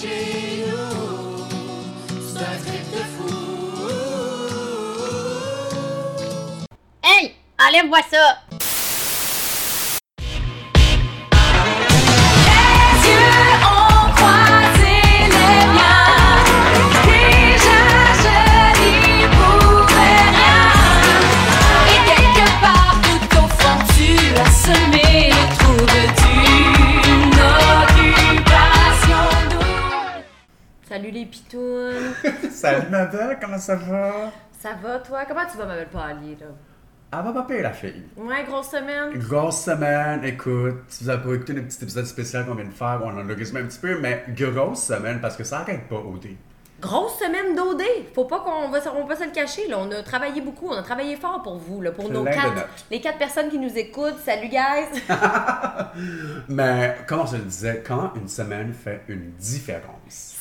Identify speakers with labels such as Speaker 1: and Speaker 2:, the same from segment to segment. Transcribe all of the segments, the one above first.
Speaker 1: chez nous. C'est un trip de fou.
Speaker 2: Hey! Enlève-moi ça!
Speaker 1: Les yeux ont croisé les miens. Déjà je n'y pouvais rien. Et quelque part tout au fond tu as semé le trou de d'une occupation douce.
Speaker 2: Salut les pitounes!
Speaker 3: Salut ma belle, comment ça va?
Speaker 2: Ça va toi? Comment tu vas, ma belle Palier, là?
Speaker 3: Ah va pas payer la fille.
Speaker 2: Ouais, grosse semaine?
Speaker 3: Grosse semaine, écoute, tu vous avez pas écouté le petit épisode spécial qu'on vient de faire, on en a résumé un petit peu, mais grosse semaine parce que ça arrête pas, OD.
Speaker 2: Grosse semaine d'OD! Faut pas qu'on va, se- on va pas se le cacher, là. On a travaillé beaucoup, on a travaillé fort pour vous, là, pour nos
Speaker 3: Plein de
Speaker 2: quatre,
Speaker 3: notes.
Speaker 2: les quatre personnes qui nous écoutent. Salut, guys!
Speaker 3: Mais comme on se le disait, quand une semaine fait une différence.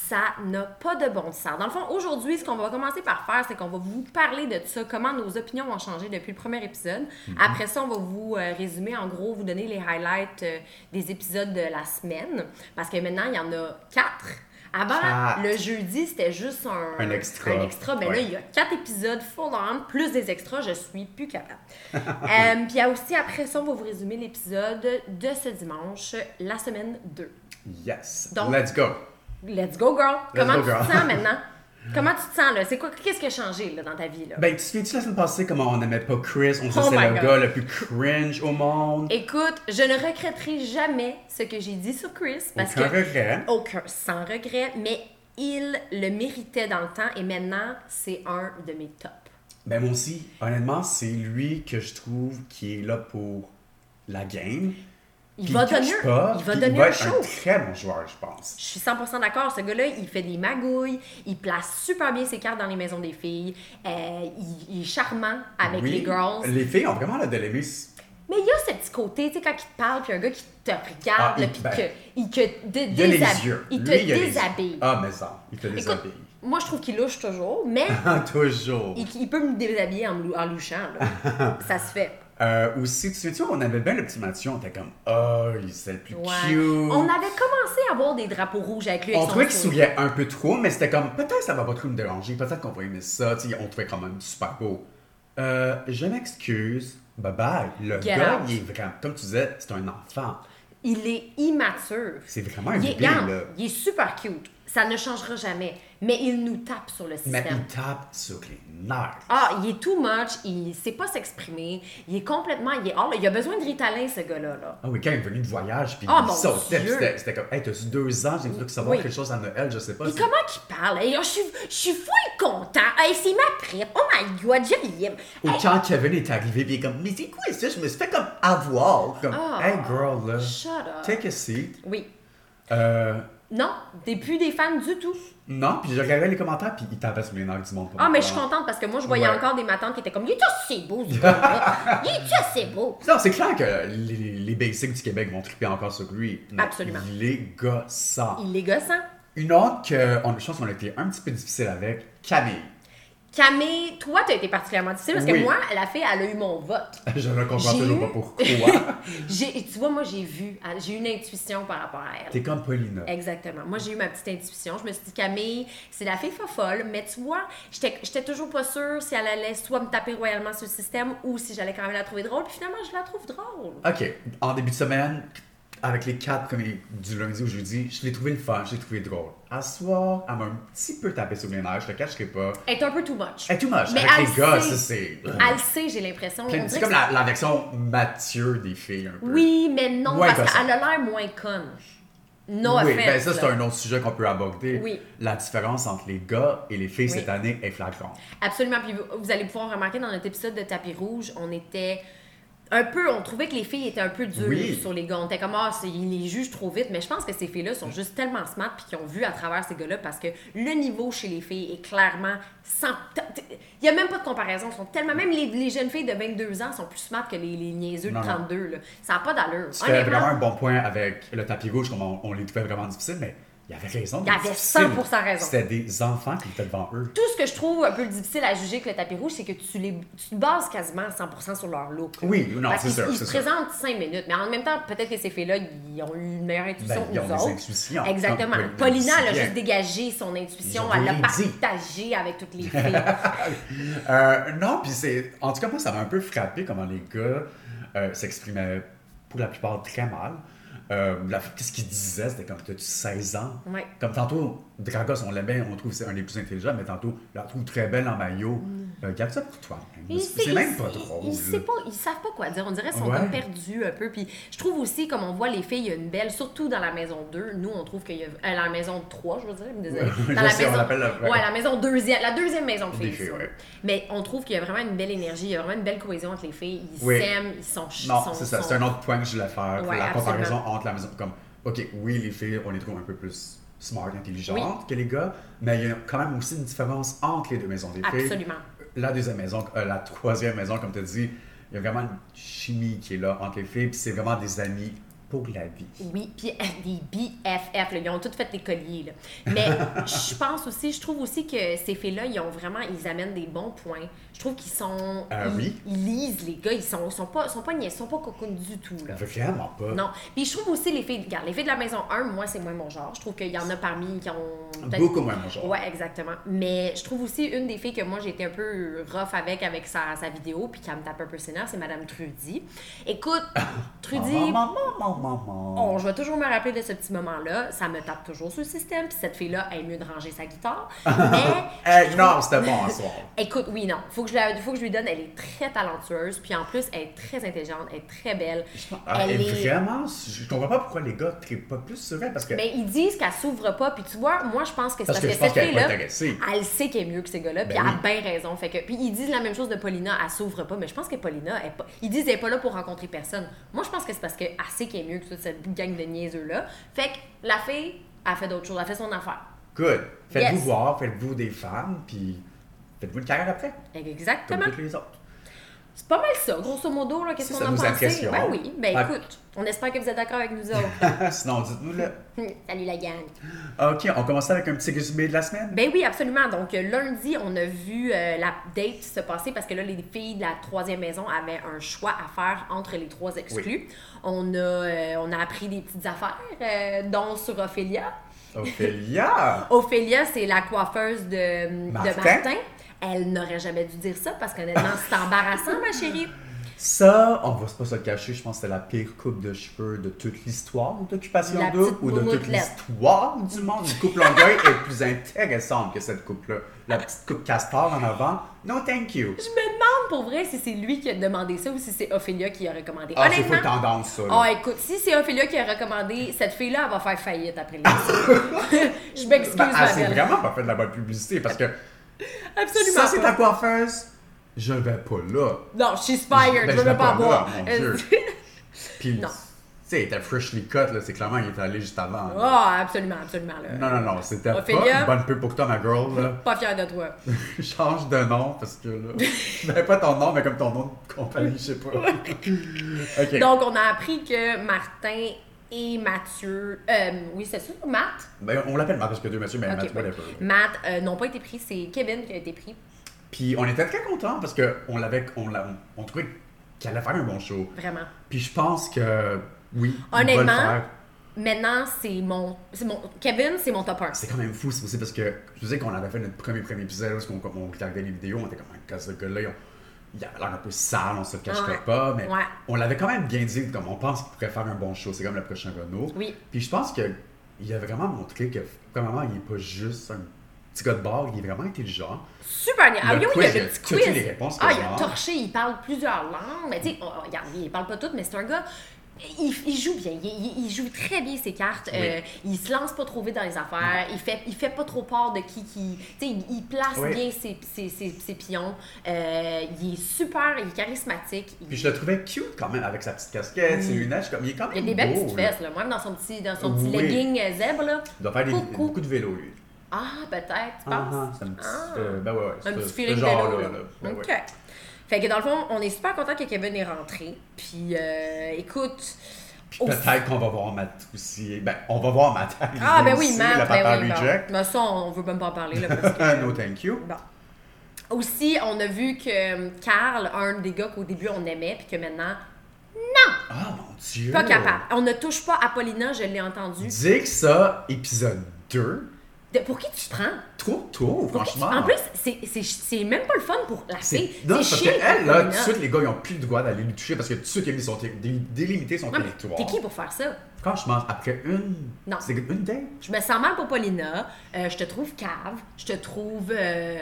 Speaker 2: ça n'a pas de bon sens. Dans le fond, aujourd'hui, ce qu'on va commencer par faire, c'est qu'on va vous parler de ça, comment nos opinions ont changé depuis le premier épisode. Après ça, on va vous euh, résumer, en gros, vous donner les highlights euh, des épisodes de la semaine, parce que maintenant, il y en a quatre. Avant,
Speaker 3: Quatre.
Speaker 2: le jeudi, c'était juste un,
Speaker 3: Ah, Un extra.
Speaker 2: Ah, un extra, mais là,
Speaker 3: Ouais.
Speaker 2: il y a quatre épisodes full on, plus des extras, je suis plus capable. Euh, Puis il y a aussi, après ça, on va vous résumer l'épisode de ce dimanche, la semaine 2.
Speaker 3: Yes.
Speaker 2: Donc-
Speaker 3: Let's go.
Speaker 2: Let's go, girl.
Speaker 3: Let's
Speaker 2: Comment
Speaker 3: go,
Speaker 2: tu
Speaker 3: girl.
Speaker 2: te sens maintenant? Comment tu te sens là? C'est quoi? Qu'est-ce qui a changé là, dans ta vie là?
Speaker 3: Ben, tu te souviens-tu la semaine passée comment on n'aimait pas Chris? On disait
Speaker 2: Oh
Speaker 3: c'est
Speaker 2: my
Speaker 3: le
Speaker 2: God.
Speaker 3: gars le plus cringe au monde.
Speaker 2: Écoute, je ne regretterai jamais ce que j'ai dit sur Chris parce
Speaker 3: Aucun
Speaker 2: que
Speaker 3: regret.
Speaker 2: aucun, sans regret, mais il le méritait dans le temps et maintenant c'est un de mes tops.
Speaker 3: Ben moi aussi, honnêtement, c'est lui que je trouve qui est là pour la game.
Speaker 2: Il
Speaker 3: Puis
Speaker 2: va
Speaker 3: cache
Speaker 2: donner un-
Speaker 3: pas,
Speaker 2: il va
Speaker 3: puis
Speaker 2: donner
Speaker 3: va
Speaker 2: un
Speaker 3: être
Speaker 2: show.
Speaker 3: un très bon joueur, je pense.
Speaker 2: Je suis 100% d'accord. Ce gars-là, il fait des magouilles, il place super bien ses cartes dans les maisons des filles, euh, il, il est charmant avec
Speaker 3: Oui,
Speaker 2: les girls.
Speaker 3: Les filles ont vraiment le de l'aimer.
Speaker 2: Mais il y a ce petit côté, tu sais, quand il te parle, puis un gars qui te
Speaker 3: Ah,
Speaker 2: regarde, là,
Speaker 3: il-
Speaker 2: puis
Speaker 3: ben,
Speaker 2: que- il te dé-
Speaker 3: Il a les
Speaker 2: déshabille.
Speaker 3: yeux.
Speaker 2: Il te
Speaker 3: Lui, a les yeux.
Speaker 2: déshabille.
Speaker 3: Ah, mais ça, il te déshabille.
Speaker 2: Moi, je trouve qu'il louche toujours, mais
Speaker 3: Ah, toujours.
Speaker 2: il, il peut me déshabiller en, me lou- en louchant, là. Ça se fait.
Speaker 3: Euh, aussi, tu sais, on avait bien le petit Mathieu, on était comme, oh, il c'est le plus
Speaker 2: Ouais.
Speaker 3: cute.
Speaker 2: On avait commencé à avoir des drapeaux rouges avec lui.
Speaker 3: On
Speaker 2: avec son
Speaker 3: trouvait qu'il
Speaker 2: sourire.
Speaker 3: souriait un peu trop, mais c'était comme, peut-être ça va pas trop me déranger, peut-être qu'on va aimer ça, tu sais, on trouvait quand même super beau. Euh, je m'excuse, bye bye. Le
Speaker 2: Get
Speaker 3: gars,
Speaker 2: out.
Speaker 3: il est vraiment, comme tu disais, c'est un enfant.
Speaker 2: Il est immature.
Speaker 3: C'est vraiment un
Speaker 2: il est,
Speaker 3: bébé,
Speaker 2: regarde,
Speaker 3: là.
Speaker 2: il est super cute. Ça ne changera jamais. Mais il nous tape sur le
Speaker 3: Mais
Speaker 2: système.
Speaker 3: il tape sur les nerfs.
Speaker 2: Ah, il est too much, il sait pas s'exprimer, il est complètement, il est hors- il a besoin de Ritalin ce gars-là. Là.
Speaker 3: Ah oui, quand il est venu de voyage, puis
Speaker 2: Ah,
Speaker 3: il
Speaker 2: mon
Speaker 3: sautait, puis
Speaker 2: Dieu.
Speaker 3: c'était c'était comme, hey, t'as-tu deux ans, j'ai dû savoir
Speaker 2: Oui.
Speaker 3: quelque chose à Noël, je sais pas.
Speaker 2: Et
Speaker 3: c'est-
Speaker 2: comment qu'il parle? Hey, je suis, je suis full content. Hey, c'est ma prime. Oh my god, je l'aime.
Speaker 3: Ou quand Kevin est arrivé, puis il est comme, mais c'est quoi ça, je me suis fait comme avoir, comme,
Speaker 2: Ah.
Speaker 3: hey girl, là,
Speaker 2: Shut up.
Speaker 3: take a seat.
Speaker 2: Oui.
Speaker 3: Euh,
Speaker 2: Non, t'es plus des fans du tout.
Speaker 3: non, puis je regardais les commentaires, puis il tapait sur les nerfs du monde. pour
Speaker 2: Ah,
Speaker 3: me
Speaker 2: mais je suis
Speaker 3: prendre.
Speaker 2: contente parce que moi, je voyais
Speaker 3: Ouais.
Speaker 2: encore des matantes qui étaient comme, il est assez beau, ce gars-là. Il est assez beau.
Speaker 3: Non, c'est clair que les, les basics du Québec vont triper encore sur lui. mais
Speaker 2: Absolument.
Speaker 3: Il est gossant.
Speaker 2: Il est hein. gossant.
Speaker 3: Une autre que, on, je pense qu'on a été un petit peu difficile avec, Camille.
Speaker 2: Camille, toi, t'as été particulièrement difficile parce que
Speaker 3: Oui.
Speaker 2: moi, la fille, elle a eu mon vote.
Speaker 3: je ne comprends
Speaker 2: J'ai
Speaker 3: toujours
Speaker 2: eu-
Speaker 3: pas pourquoi.
Speaker 2: J'ai- tu vois, moi, j'ai vu, j'ai eu une intuition par rapport à elle.
Speaker 3: T'es comme Paulina.
Speaker 2: Exactement. Moi, j'ai eu ma petite intuition. Je me suis dit, Camille, c'est la fille folle, mais tu vois, j'étais j'étais toujours pas sûre si elle allait soit me taper royalement sur le système ou si j'allais quand même la trouver drôle. Puis finalement, je la trouve drôle.
Speaker 3: OK. En début de semaine, avec les quatre premiers du lundi au jeudi, je l'ai trouvé le fun, je l'ai trouvé drôle. À ce soir, elle m'a un petit peu tapé sur les nerfs, je te cacherai pas.
Speaker 2: Elle est un peu too much.
Speaker 3: Elle est too much.
Speaker 2: Mais elle
Speaker 3: avec les gars,
Speaker 2: sait.
Speaker 3: ça, c'est.
Speaker 2: Elle le sait, j'ai l'impression. On dirait
Speaker 3: C'est
Speaker 2: que
Speaker 3: comme la, la version Mathieu des filles, un peu.
Speaker 2: Oui, mais non,
Speaker 3: Ouais,
Speaker 2: parce
Speaker 3: parce-
Speaker 2: qu'elle a l'air moins conne. No
Speaker 3: oui,
Speaker 2: offense.
Speaker 3: ben ça, c'est
Speaker 2: là.
Speaker 3: un autre sujet qu'on peut aborder.
Speaker 2: Oui.
Speaker 3: La différence entre les gars et les filles
Speaker 2: Oui.
Speaker 3: cette année est flagrante.
Speaker 2: Absolument. Puis vous, vous allez pouvoir remarquer dans notre épisode de Tapis Rouge, on était un peu, on trouvait que les filles étaient un peu dures
Speaker 3: Oui.
Speaker 2: sur les gars. On était comme, ah, c'est- ils les jugent trop vite. Mais je pense que ces filles-là sont juste tellement smart puis qui ont vu à travers ces gars-là parce que le niveau chez les filles est clairement sans. t- t- Il n'y a même pas de comparaison. Ils sont tellement. Même les, les jeunes filles de 22 ans sont plus smart que les, les niaiseux
Speaker 3: Non,
Speaker 2: de
Speaker 3: non.
Speaker 2: 32. Là. Ça n'a pas d'allure.
Speaker 3: Tu fais
Speaker 2: Honnêtement,
Speaker 3: vraiment un bon point avec le tapis rouge, comme on, on les trouvait vraiment difficiles, mais Il avait raison.
Speaker 2: Il avait 100% raison.
Speaker 3: C'était des enfants qui étaient devant eux.
Speaker 2: Tout ce que je trouve un peu difficile à juger avec le tapis rouge, c'est que tu, les, tu te bases quasiment à 100% sur leur look.
Speaker 3: Oui, non,
Speaker 2: Parce
Speaker 3: c'est
Speaker 2: qu'ils
Speaker 3: sûr,
Speaker 2: ils
Speaker 3: c'est
Speaker 2: se
Speaker 3: sûr.
Speaker 2: présentent 5 minutes, mais en même temps, peut-être que ces filles-là, ils ont eu une meilleure intuition
Speaker 3: Ben,
Speaker 2: que
Speaker 3: ils ont
Speaker 2: nous
Speaker 3: des
Speaker 2: autres.
Speaker 3: intuitions.
Speaker 2: Exactement.
Speaker 3: Comme- oui,
Speaker 2: Paulina, elle a
Speaker 3: bien.
Speaker 2: juste dégagé son intuition,
Speaker 3: Ils ont
Speaker 2: elle l'a
Speaker 3: rien dit.
Speaker 2: partagée avec toutes les filles.
Speaker 3: Euh, non, puis c'est. En tout cas, moi, ça m'a un peu frappé comment les gars euh, s'exprimaient pour la plupart très mal. Euh, la- Qu'est-ce qu'ils disaient C'était comme, t'as-tu 16 ans
Speaker 2: Ouais.
Speaker 3: Comme tantôt, Dragos, on l'aime bien, on trouve que c'est un des plus intelligents, mais tantôt, la trouve très belle en maillot. Euh, garde ça pour toi.
Speaker 2: Ils
Speaker 3: C'est c'est
Speaker 2: Mm. sait-
Speaker 3: même
Speaker 2: ils-
Speaker 3: pas drôle.
Speaker 2: Ils,
Speaker 3: là.
Speaker 2: sait pas, ils savent pas quoi dire. On dirait qu'ils sont
Speaker 3: Ouais.
Speaker 2: comme perdus un peu. Puis je trouve aussi, comme on voit les filles, il y a une belle, surtout dans la maison 2. Nous, on trouve qu'il y a. euh, la maison 3, je veux dire, désolée.
Speaker 3: Ouais,
Speaker 2: Dans
Speaker 3: je
Speaker 2: la
Speaker 3: sais, on
Speaker 2: maison.
Speaker 3: l'appelle la- ouais.
Speaker 2: ouais, la maison deuxième. La deuxième maison de
Speaker 3: Des
Speaker 2: filles.
Speaker 3: filles,
Speaker 2: ça.
Speaker 3: ouais.
Speaker 2: Mais on trouve qu'il y a vraiment une belle énergie, il y a vraiment une belle cohésion entre les filles. Ils
Speaker 3: Oui.
Speaker 2: s'aiment, ils sont ch-
Speaker 3: Non,
Speaker 2: sont-
Speaker 3: c'est ça.
Speaker 2: sont-
Speaker 3: C'est un autre point que je voulais faire.
Speaker 2: Ouais,
Speaker 3: la comparaison
Speaker 2: absolument.
Speaker 3: entre la maison. Comme, OK, oui, les filles, on les trouve un peu plus smart, intelligentes que les gars, mais il y a quand même aussi une différence entre les deux maisons des filles.
Speaker 2: Absolument.
Speaker 3: La deuxième maison, euh, la troisième maison, comme tu as dit, il y a vraiment une chimie qui est là entre les filles, puis c'est vraiment des amis pour la vie.
Speaker 2: Oui, puis des BFF, là, ils ont toutes fait des colliers. là. Mais je pense aussi, je trouve aussi que ces filles-là, ils ont vraiment, ils amènent des bons points. Je trouve qu'ils sont,
Speaker 3: Ah
Speaker 2: ils,
Speaker 3: oui?
Speaker 2: ils lisent les gars, ils sont, sont pas, sont pas niais, sont pas cocoons du tout là.
Speaker 3: Vraiment pas.
Speaker 2: Non, puis je trouve aussi les filles, regarde, les filles de la maison 1, moi c'est moins mon genre. Je trouve qu'il y en a parmi qui ont peut-être-
Speaker 3: Beaucoup moins mon genre.
Speaker 2: Ouais, exactement. Mais je trouve aussi une des filles que moi j'étais un peu rough avec avec sa, sa vidéo puis qui me tape un peu ses nerfs, c'est Madame Trudy. Écoute, Trudy,
Speaker 3: Maman, maman, maman.
Speaker 2: Oh, je vais toujours me rappeler de ce petit moment-là. Ça me tape toujours sur le système. Puis cette fille-là aime mieux de ranger sa guitare. Mais
Speaker 3: Eh, Hey, non, c'était bon à soir.
Speaker 2: écoute, oui, non. Faut que, je la- faut que je lui donne. Elle est très talentueuse. Puis en plus, elle est très intelligente. Elle est très belle.
Speaker 3: Ah,
Speaker 2: Elle
Speaker 3: et
Speaker 2: est-
Speaker 3: Vraiment, je comprends pas pourquoi les gars trippent pas plus sur elle parce que.
Speaker 2: Mais Ben, ils disent qu'elle s'ouvre pas. Puis tu vois, moi, je pense que c'est
Speaker 3: Parce
Speaker 2: parce,
Speaker 3: que je
Speaker 2: que,
Speaker 3: pense
Speaker 2: cette
Speaker 3: qu'elle est pas
Speaker 2: fille-là,
Speaker 3: intéressée.
Speaker 2: elle sait qu'elle est mieux que ces gars-là. Puis
Speaker 3: Ben
Speaker 2: elle a bien raison. Fait que, puis ils disent la même chose de Paulina. Elle s'ouvre pas. Mais je pense que Paulina, elle est pas- ils disent qu'elle est pas là pour rencontrer personne. Moi, je pense que c'est parce qu'elle sait qu'elle est mieux que toute cette gang de niaiseux-là. Fait que la fille, elle fait d'autres choses. Elle fait son affaire.
Speaker 3: Good. Faites-vous
Speaker 2: Yes.
Speaker 3: voir, faites-vous des femmes, puis faites-vous une carrière après, comme
Speaker 2: Exactement.
Speaker 3: toutes les autres.
Speaker 2: C'est pas mal ça, grosso modo, là, qu'est-ce
Speaker 3: C'est
Speaker 2: qu'on
Speaker 3: ça,
Speaker 2: a
Speaker 3: nos
Speaker 2: pensé.
Speaker 3: impressions.
Speaker 2: Ben oui, ben
Speaker 3: Ah.
Speaker 2: écoute, on espère que vous êtes d'accord avec nous autres.
Speaker 3: Sinon, dites-nous-le.
Speaker 2: Salut la gang.
Speaker 3: OK, on commence avec un petit résumé de la semaine.
Speaker 2: Ben oui, absolument. Donc euh, lundi, on a vu euh, la date se passer parce que là, les filles de la troisième maison avaient un choix à faire entre les trois exclus. On, a, euh, on a appris des petites affaires, euh, dont sur Ophélia.
Speaker 3: Ophélia!
Speaker 2: Ophélia, c'est la coiffeuse de de
Speaker 3: Martin.
Speaker 2: Martin. Elle n'aurait jamais dû dire ça parce qu'honnêtement, c'est embarrassant, ma chérie.
Speaker 3: Ça, on va pas se le cacher, je pense que c'est la pire coupe de cheveux de toute l'histoire d'Occupation
Speaker 2: La
Speaker 3: Double
Speaker 2: petite
Speaker 3: ou de toute
Speaker 2: boumoutelette.
Speaker 3: l'histoire du monde. Une coupe longueuil est plus intéressante que cette coupe-là. La petite coupe castor en avant, non thank you. Ah,
Speaker 2: Je me demande pour vrai si c'est lui qui a demandé ça ou si c'est Ophélia qui a recommandé.
Speaker 3: Ah, c'est pas
Speaker 2: Honnêtement.
Speaker 3: tendance, ça. là. Ben,
Speaker 2: Ah, écoute, si c'est Ophélia qui a recommandé, cette fille-là, elle va faire faillite après l'émission. je m'excuse,
Speaker 3: Ben,
Speaker 2: ma
Speaker 3: elle s'est
Speaker 2: belle.
Speaker 3: vraiment pas fait de la bonne publicité parce que
Speaker 2: Absolument
Speaker 3: ça, c'est
Speaker 2: pas.
Speaker 3: ta coiffeuse. Je vais pas là.
Speaker 2: Non, she's fired.
Speaker 3: Ben,
Speaker 2: je veux
Speaker 3: vais
Speaker 2: pas
Speaker 3: là,
Speaker 2: boire.
Speaker 3: mon
Speaker 2: Euh,
Speaker 3: Dieu. Puis, tu
Speaker 2: Non.
Speaker 3: sais, il était freshly cut, là. C'est clairement, il était allé juste avant. là.
Speaker 2: Ah, absolument, absolument. Là.
Speaker 3: Non, non, non, c'était pas
Speaker 2: Ophélia?
Speaker 3: une bonne pub pour toi, ma girl, là.
Speaker 2: Pas fière de toi.
Speaker 3: Change de nom, parce que là, ben, pas ton nom, mais comme ton nom de compagnie, je sais pas. OK.
Speaker 2: Donc, on a appris que Martin et Mathieu. euh, oui, c'est ça, Matt.
Speaker 3: Ben, on l'appelle Matt, parce que deux messieurs, mais
Speaker 2: Ok,
Speaker 3: Ah, Matt,
Speaker 2: ouais.
Speaker 3: whatever.
Speaker 2: Matt euh, n'ont pas été pris. C'est Kevin qui a été pris.
Speaker 3: Puis, on était très contents, parce que on l'avait, on, l'a- on trouvait qu'elle allait faire un bon show.
Speaker 2: Vraiment.
Speaker 3: Puis, je pense que, oui, il va le
Speaker 2: Honnêtement,
Speaker 3: faire.
Speaker 2: maintenant, c'est mon, c'est mon. Kevin, c'est mon top 1.
Speaker 3: C'est quand même fou, c'est aussi parce que je disais qu'on avait fait notre premier premier épisode, parce qu'on on regardait les vidéos, on était comme, quand ce gars-là, on- il avait l'air un peu sale, on se le cacherait
Speaker 2: Ouais.
Speaker 3: pas, mais
Speaker 2: Ouais.
Speaker 3: on l'avait quand même bien dit, comme on pense qu'il pourrait faire un bon show, c'est comme le prochain Renault.
Speaker 2: Oui.
Speaker 3: Puis je pense qu'il a vraiment montré que, premièrement, il est pas juste un petit gars de bar, il est vraiment intelligent.
Speaker 2: Super bien. Ah
Speaker 3: Le
Speaker 2: oui, oui, il y
Speaker 3: quiz,
Speaker 2: a le petit
Speaker 3: il a
Speaker 2: quiz.
Speaker 3: toutes les réponses
Speaker 2: ah,
Speaker 3: que
Speaker 2: il a
Speaker 3: genre.
Speaker 2: torché, il parle plusieurs langues. Mais tu sais, on- on- regarde, il parle pas toutes, mais c'est un gars. Il, il joue bien, il, il- il joue très bien ses cartes.
Speaker 3: Oui.
Speaker 2: Euh, il se lance pas trop vite dans les affaires. Il fait, il fait pas trop part de qui qui. Tu sais, il, il place
Speaker 3: Oui.
Speaker 2: bien ses, ses- ses- ses pions. Euh, il est super, il est charismatique. Il,
Speaker 3: Puis je le trouvais cute quand même, avec sa petite casquette, ses lunettes, je suis comme, il est quand même
Speaker 2: il a des belles
Speaker 3: beau,
Speaker 2: petites
Speaker 3: là.
Speaker 2: fesses, là. Même dans son petit, dans son petit
Speaker 3: Oui.
Speaker 2: legging euh, zèbre, là.
Speaker 3: Il doit faire des-
Speaker 2: Coucou.
Speaker 3: beaucoup de vélo, lui.
Speaker 2: Ah, peut-être, tu
Speaker 3: Ah,
Speaker 2: penses?
Speaker 3: ah, c'est un petit,
Speaker 2: Ah.
Speaker 3: euh, ben ouais, ouais, ce-
Speaker 2: un petit
Speaker 3: ce
Speaker 2: feeling
Speaker 3: genre-là,
Speaker 2: vélo, là.
Speaker 3: là. Ben ouais.
Speaker 2: OK. Fait que dans le fond, on est super content que Kevin est rentré. Puis euh, écoute,
Speaker 3: Puis
Speaker 2: Aussi.
Speaker 3: peut-être qu'on va voir Matt aussi. Ben, on va voir Matt arriver
Speaker 2: Ah, ben oui,
Speaker 3: aussi,
Speaker 2: Matt,
Speaker 3: le papa
Speaker 2: ben oui. bon.
Speaker 3: reject.
Speaker 2: Mais ça, on on veut même pas en parler, là, parce que...
Speaker 3: no thank you.
Speaker 2: Bon. Aussi, on a vu que Carl, un des gars qu'au début on aimait, puis que maintenant,
Speaker 3: Ah, mon Dieu.
Speaker 2: pas capable. On ne touche pas à Paulina, je l'ai entendu.
Speaker 3: Dis que ça, épisode 2,
Speaker 2: De- pour qui tu te prends?
Speaker 3: trop tôt,
Speaker 2: Pour qui tu-
Speaker 3: franchement.
Speaker 2: En plus, c'est- c'est c'est même pas le fun pour la fille.
Speaker 3: Non,
Speaker 2: C'est
Speaker 3: parce
Speaker 2: chier
Speaker 3: qu'elle,
Speaker 2: pour
Speaker 3: là, tout
Speaker 2: Paulina.
Speaker 3: de suite, les gars, ils ont plus le droit d'aller lui toucher parce que tout de suite, ils ont dé- dé- délimité son
Speaker 2: Non, mais
Speaker 3: territoire.
Speaker 2: T'es qui pour faire ça?
Speaker 3: Franchement, après une.
Speaker 2: Non.
Speaker 3: C'est une date?
Speaker 2: Je me sens mal pour Paulina. euh, je te trouve cave. Je te trouve. euh,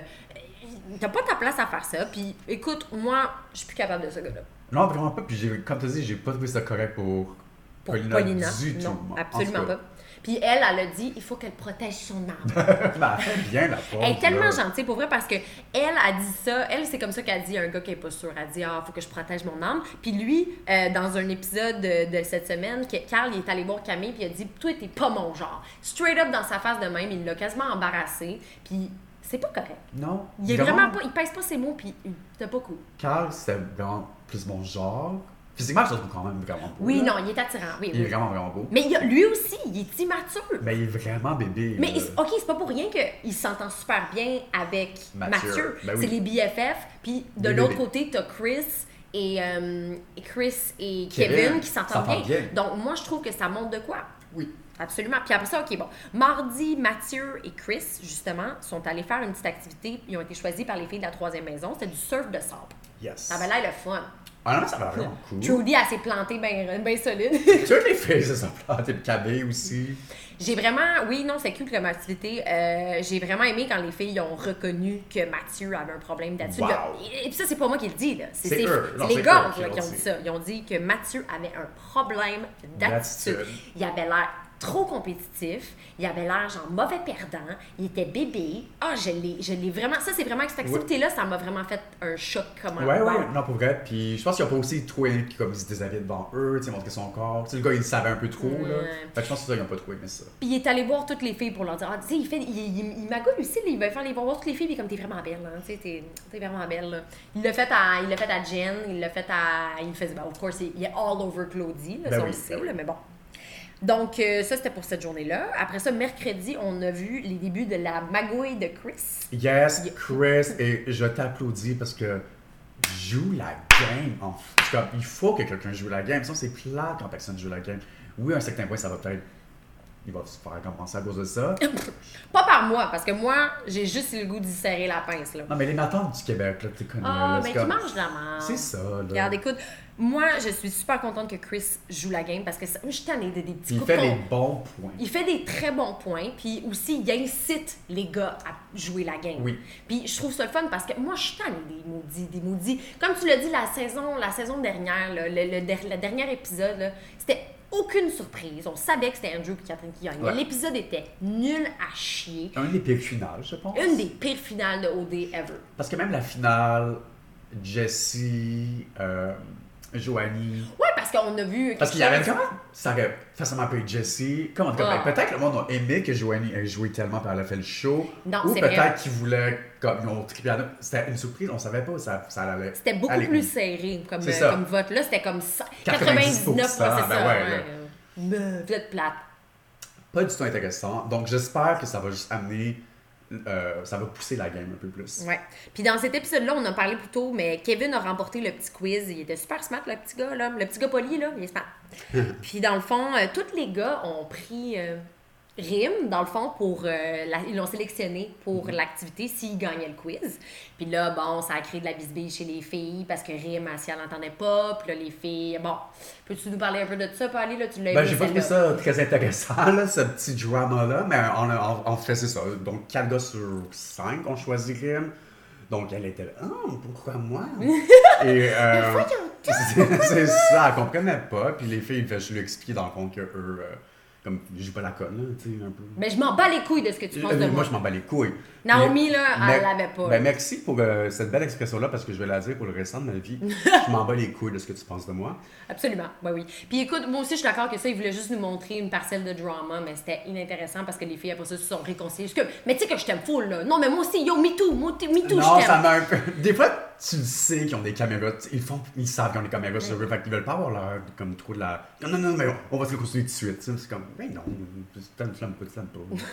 Speaker 2: T'as pas ta place à faire ça. Puis écoute, moi, je suis plus capable de ce gars-là.
Speaker 3: Non, vraiment pas. Puis, j'ai- comme tu dis, j'ai pas trouvé ça correct pour,
Speaker 2: Pour
Speaker 3: Paulina,
Speaker 2: Paulina.
Speaker 3: du tout.
Speaker 2: non,
Speaker 3: En tout
Speaker 2: absolument
Speaker 3: cas.
Speaker 2: pas. Puis elle, elle a dit il faut qu'elle protège son âme.
Speaker 3: ben, elle fait bien, la pauvre.
Speaker 2: Elle est tellement
Speaker 3: là.
Speaker 2: gentille pour vrai parce que elle a dit ça, elle c'est comme ça qu'elle dit à un gars qui est pas sûr, elle dit ah faut que je protège mon âme. Puis lui euh, dans un épisode de, de cette semaine, que- Carl il est allé voir Camille puis il a dit toi t'es pas mon genre. Straight up dans sa face de même, il l'a quasiment embarrassé. Puis c'est pas correct.
Speaker 3: Non.
Speaker 2: Il est vraiment pas, il pèse pas ses mots puis il- t'as pas cool.
Speaker 3: Carl, c'est vraiment plus mon genre. Physiquement, je le trouve quand même vraiment beau.
Speaker 2: Oui
Speaker 3: là.
Speaker 2: non il est attirant, oui.
Speaker 3: Il est
Speaker 2: oui.
Speaker 3: vraiment, vraiment beau.
Speaker 2: Mais il y a- lui aussi il est immature.
Speaker 3: Mais il est vraiment bébé.
Speaker 2: Mais
Speaker 3: là.
Speaker 2: il- OK, c'est pas pour rien qu'il s'entend super bien avec
Speaker 3: Mathieu.
Speaker 2: Mathieu.
Speaker 3: Ben oui.
Speaker 2: C'est les BFF. Puis de
Speaker 3: Les
Speaker 2: l'autre
Speaker 3: bébés.
Speaker 2: côté, t'as Chris et, euh, et Chris et Kevin,
Speaker 3: Kevin,
Speaker 2: qui s'entendent
Speaker 3: s'entendent
Speaker 2: bien.
Speaker 3: bien.
Speaker 2: Donc moi, je trouve que ça montre de quoi.
Speaker 3: Oui.
Speaker 2: Absolument. Puis après ça, OK, bon. Mardi, Mathieu et Chris, justement, sont allés faire une petite activité. Ils ont été choisis par les filles de la troisième maison. C'était du surf de sable.
Speaker 3: Yes.
Speaker 2: Ça avait l'air le fun.
Speaker 3: Ah non, ça va vraiment cool.
Speaker 2: Trudy, elle s'est plantée bien ben solide.
Speaker 3: Toutes les filles se sont plantées le cabé aussi.
Speaker 2: J'ai vraiment, oui, non, c'est cool comme activité. Euh, j'ai vraiment aimé quand les filles ont reconnu que Mathieu avait un problème d'attitude.
Speaker 3: Wow.
Speaker 2: Là, Et, et puis ça, c'est pas moi qui le dis, là. C'est,
Speaker 3: C'est
Speaker 2: c'est-
Speaker 3: eux. Non,
Speaker 2: c'est
Speaker 3: c'est
Speaker 2: les gars
Speaker 3: eux qui
Speaker 2: là,
Speaker 3: l'ont
Speaker 2: qui ont
Speaker 3: dit.
Speaker 2: dit ça. Ils ont dit que Mathieu avait un problème d'attitude.
Speaker 3: D'attitude.
Speaker 2: Il avait l'air trop compétitif. Il avait l'air genre mauvais perdant. Il était bébé. Ah, je l'ai, je l'ai vraiment. Ça, c'est vraiment que cette activité-là, ça m'a vraiment fait un choc. Comment
Speaker 3: Ouais, ouais,
Speaker 2: wow.
Speaker 3: non, pour vrai. Puis je pense qu'il n'y a pas aussi Twin qui comme, se déshabillait devant eux, tu sais, montrer son corps. Tu sais, le gars, il le savait un peu trop, là.
Speaker 2: Ouais.
Speaker 3: Fait que je pense que ça, ils n'ont pas trop aimé ça.
Speaker 2: Puis il est allé voir toutes les filles pour leur dire, ah, tu sais, il, fait, il, il, il m'agoule aussi, là, il va faire les voir voir toutes les filles, puis comme, t'es vraiment belle, hein, tu sais, t'es, t'es vraiment belle. là. Il l'a fait à, il l'a fait à Jen, il l'a fait à, il le faisait, ben, of course, il, il est all over Claudie, là,
Speaker 3: Ben
Speaker 2: ça, on
Speaker 3: oui,
Speaker 2: le sait,
Speaker 3: ben oui.
Speaker 2: là, mais bon. Donc, euh, ça, c'était pour cette journée-là. Après ça, mercredi, on a vu les débuts de la magouille de Chris.
Speaker 3: Yes,
Speaker 2: Yeah.
Speaker 3: Chris, et je t'applaudis parce que joue la game. En fait. Comme, il faut que quelqu'un joue la game. Sinon, c'est plat quand personne joue la game. Oui, à un certain point, ça va peut-être. Il va se faire récompenser à cause de ça.
Speaker 2: Pas par moi, parce que moi, j'ai juste le goût d'y serrer la pince, là.
Speaker 3: Non, mais les matins du Québec, là, t'es connu.
Speaker 2: Ah,
Speaker 3: là, Ah, c'est
Speaker 2: mais qui
Speaker 3: comme-
Speaker 2: mange de la merde.
Speaker 3: C'est ça, là.
Speaker 2: Regarde, écoute, moi, je suis super contente que Chris joue la game parce que ça, moi, je suis tannée de des petits
Speaker 3: Il
Speaker 2: coups
Speaker 3: fait
Speaker 2: qu'on-
Speaker 3: les bons points.
Speaker 2: Il fait des très bons points, puis aussi, il incite les gars à jouer la game.
Speaker 3: Oui.
Speaker 2: Puis je trouve ça le fun parce que moi, je suis tannée des maudits, des maudits. Comme tu l'as dit, la saison, la saison dernière, là, le, le der- le dernier épisode, là, c'était aucune surprise. On savait que c'était Andrew et Catherine qui gagnaient.
Speaker 3: Ouais.
Speaker 2: L'épisode était nul à chier.
Speaker 3: Un des pires finales, je pense.
Speaker 2: Une des pires finales de OD ever.
Speaker 3: Parce que même la finale, Jessie, euh, Joanie.
Speaker 2: Ouais, parce qu'on a vu...
Speaker 3: Parce qu'il y
Speaker 2: quelque
Speaker 3: avait
Speaker 2: chose-
Speaker 3: comment Ça aurait facilement pu être Jessie. Comment comme,
Speaker 2: Ah.
Speaker 3: ben, Peut-être que le monde a aimé que Joanie ait joué tellement par elle a fait le show.
Speaker 2: Non,
Speaker 3: Ou
Speaker 2: c'est vrai.
Speaker 3: peut-être qu'ils voulaient, comme ils ont triplé la note. C'était une surprise, on savait pas où ça, ça allait.
Speaker 2: C'était beaucoup
Speaker 3: aller.
Speaker 2: plus serré comme,
Speaker 3: C'est
Speaker 2: euh,
Speaker 3: ça.
Speaker 2: comme vote. Là, c'était comme ça-
Speaker 3: 99%,
Speaker 2: 99 c'est ça.
Speaker 3: ben ouais, là.
Speaker 2: ouais, euh, me- Vous êtes plate.
Speaker 3: Pas du tout intéressant. Donc j'espère que ça va juste amener. euh, ça va pousser la game un peu plus.
Speaker 2: Ouais. Puis dans cet épisode-là, on en parlait plus tôt, mais Kevin a remporté le petit quiz. Il était super smart, le petit gars, là. Le petit gars poli, là, il est smart. Puis dans le fond, euh, tous les gars ont pris euh, Rime, dans le fond, pour. euh, la- ils l'ont sélectionné pour
Speaker 3: Mm-hmm.
Speaker 2: l'activité s'ils gagnaient le quiz. Puis là, bon, ça a créé de la bisbille chez les filles parce que Rime, elle, si elle n'entendait pas, puis là, les filles. Bon, peux-tu nous parler un peu de ça, Paulie, là? Tu l'as
Speaker 3: Ben,
Speaker 2: aimé,
Speaker 3: j'ai pas trouvé
Speaker 2: celle-là.
Speaker 3: ça très intéressant, là, ce petit drama-là, mais on, a- on- on fait, c'est ça. Donc, 4 gars sur 5 ont choisi Rim. Donc, elle était là, Ah, pourquoi moi? Et, euh, c'est- c'est ça, elle comprenait pas. Puis les filles, fait, je lui expliquer dans le fond que eux, euh, comme, je joue pas la conne, là, tu sais, un peu.
Speaker 2: Mais je m'en bats les couilles de ce que tu
Speaker 3: Euh,
Speaker 2: penses de
Speaker 3: moi,
Speaker 2: moi.
Speaker 3: je m'en bats les couilles.
Speaker 2: Naomi,
Speaker 3: Mais-
Speaker 2: là, elle
Speaker 3: mais-
Speaker 2: l'avait pas, là.
Speaker 3: Ben, merci pour euh, cette belle expression-là, parce que je vais la dire pour le restant de ma vie. je m'en bats les couilles de ce que tu penses de moi.
Speaker 2: Absolument, oui, oui. Puis écoute, moi aussi, je suis d'accord que ça, ils voulaient juste nous montrer une parcelle de drama, mais c'était inintéressant parce que les filles, après ça, se sont réconciliées. Parce que, mais tu sais que je t'aime full, là. Non, mais moi aussi, yo, me too, moi, t- me too,
Speaker 3: non,
Speaker 2: je
Speaker 3: ça
Speaker 2: t'aime.
Speaker 3: m'a un peu. Des fois, tu le sais qu'ils ont des caméras. tu- Ils, font, ils savent qu'ils ont des caméras sur eux. Fait qu'ils veulent pas avoir l'air de- comme trop de la. Non, non, non, mais on, on va se le construire tout de suite. tu sais. C'est comme, mais non, tu l'aimes pas, tu l'aimes pas.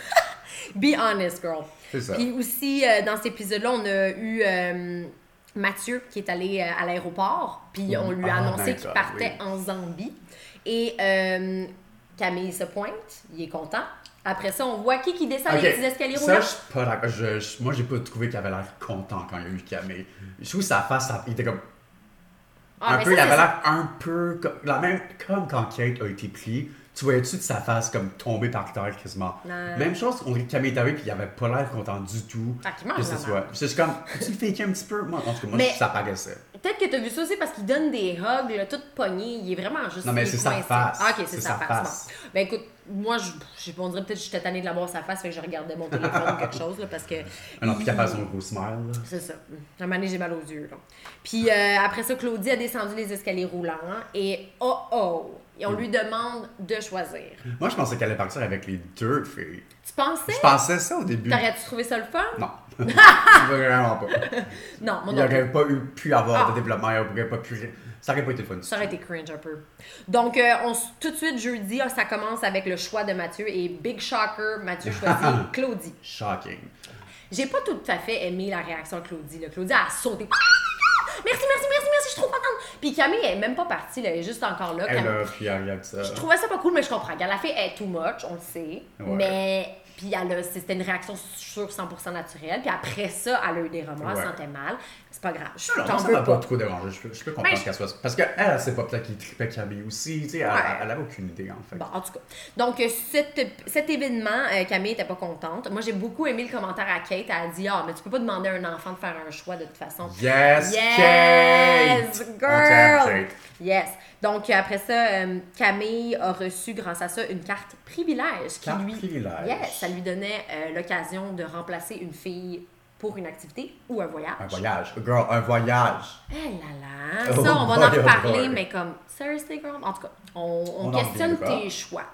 Speaker 2: Be honest, girl.
Speaker 3: C'est ça.
Speaker 2: Puis aussi, euh, dans cet épisode-là, on a eu euh, Mathieu qui est allé euh, à l'aéroport, puis on lui a
Speaker 3: Ah,
Speaker 2: annoncé
Speaker 3: ben
Speaker 2: qu'il
Speaker 3: God,
Speaker 2: partait
Speaker 3: oui.
Speaker 2: en Zambie. Et euh, Camille se pointe, il est content. Après ça, on voit qui qui descend
Speaker 3: Ok.
Speaker 2: les petits escaliers
Speaker 3: Ça,
Speaker 2: roulants.
Speaker 3: je suis pas d'accord. Je- je- moi, j'ai pas trouvé qu'il avait l'air content quand il y a eu Camille. Je trouve que sa face, ça- il était comme.
Speaker 2: Ah,
Speaker 3: un
Speaker 2: mais
Speaker 3: peu,
Speaker 2: ça,
Speaker 3: il avait
Speaker 2: c'est-
Speaker 3: l'air un peu. comme- La même, comme quand Kate a été pris, tu voyais-tu de sa face comme tomber par terre quasiment.
Speaker 2: Non.
Speaker 3: Même chose, on dirait que Camille est arrivé, puis il avait pas l'air content du tout.
Speaker 2: Ah, qu'il mange
Speaker 3: que ce
Speaker 2: la
Speaker 3: soit. C'est juste comme. Tu le fais un petit peu. Moi, en tout cas, moi,
Speaker 2: Mais-
Speaker 3: ça paraissait.
Speaker 2: Peut-être que t'as vu ça aussi parce qu'il donne des hugs, là, tout pogné. Il est vraiment juste.
Speaker 3: Non, mais
Speaker 2: il est
Speaker 3: c'est sa
Speaker 2: coincé.
Speaker 3: face.
Speaker 2: Ah, ok, c'est
Speaker 3: C'est
Speaker 2: sa,
Speaker 3: sa
Speaker 2: face.
Speaker 3: face.
Speaker 2: bon. Ben écoute, moi, je, je sais pas, on dirait peut-être que j'étais tannée de la voir sa face, fait que je regardais mon téléphone ou quelque chose, là, parce que.
Speaker 3: Ah non, puis qu'elle
Speaker 2: il-
Speaker 3: fasse son gros smile. là.
Speaker 2: C'est ça. À un moment donné, j'ai mal aux yeux. là. Puis euh, après ça, Claudie a descendu les escaliers roulants et oh oh, et on lui demande de choisir.
Speaker 3: Moi, je pensais qu'elle allait partir avec les deux filles.
Speaker 2: Tu pensais?
Speaker 3: Je pensais ça au début.
Speaker 2: T'aurais-tu trouvé ça le fun?
Speaker 3: Non. Vraiment pas.
Speaker 2: Non, moi
Speaker 3: Il
Speaker 2: non plus.
Speaker 3: n'aurait pas eu, pu avoir
Speaker 2: Ah.
Speaker 3: de développement, il aurait pas pu. Ça aurait pas été fun.
Speaker 2: Ça aurait été cringe un peu. Donc, euh, on, s- tout de suite, jeudi, ah, ça commence avec le choix de Mathieu et Big Shocker, Mathieu choisit Claudie.
Speaker 3: Shocking.
Speaker 2: J'ai pas tout à fait aimé la réaction de Claudie. Là. Claudie a sauté. Ah! Merci, merci, merci, merci, je suis trop contente. Puis Camille, elle est même pas partie, là, elle est juste encore là.
Speaker 3: Elle euh,
Speaker 2: Camille-
Speaker 3: a, puis elle regarde ça.
Speaker 2: Je trouvais ça pas cool, mais je comprends. Regarde, la fille est too much, on le sait.
Speaker 3: Ouais.
Speaker 2: Mais. Puis elle a- c'était une réaction sur 100% naturelle. Puis après ça, elle a eu des remords, elle
Speaker 3: Ouais.
Speaker 2: sentait mal. C'est pas grave. Je
Speaker 3: Non,
Speaker 2: t'en
Speaker 3: non, ça
Speaker 2: veux
Speaker 3: m'a
Speaker 2: pas.
Speaker 3: pas trop dérangé. Je peux, je peux comprendre
Speaker 2: Mais je-
Speaker 3: qu'elle soit. Parce qu'elle, elle sait pas peut-être qu'il tripait Camille aussi. Tu sais, elle,
Speaker 2: Ouais.
Speaker 3: elle avait aucune idée, en fait.
Speaker 2: Bon, en tout cas. Donc, euh, cet, cet événement, euh, Camille était pas contente. Moi, j'ai beaucoup aimé le commentaire à Kate. Elle a dit Ah, mais tu peux pas demander à un enfant de faire un choix de toute façon.
Speaker 3: Yes,
Speaker 2: Yes,
Speaker 3: Kate! On t'aime,
Speaker 2: girl!
Speaker 3: Kate.
Speaker 2: Yes. Donc, euh, après ça, euh, Camille a reçu, grâce à ça, une carte privilège. Qui
Speaker 3: Carte
Speaker 2: lui...
Speaker 3: privilège.
Speaker 2: Yes, ça lui donnait euh, l'occasion de remplacer une fille pour une activité ou un voyage.
Speaker 3: Un voyage. Girl, un voyage.
Speaker 2: Eh là là.
Speaker 3: Oh
Speaker 2: ça, on va en
Speaker 3: boy, oh
Speaker 2: reparler,
Speaker 3: boy.
Speaker 2: mais comme, seriously, girl? En tout cas, on, on
Speaker 3: On en
Speaker 2: questionne
Speaker 3: reviendra.
Speaker 2: tes choix.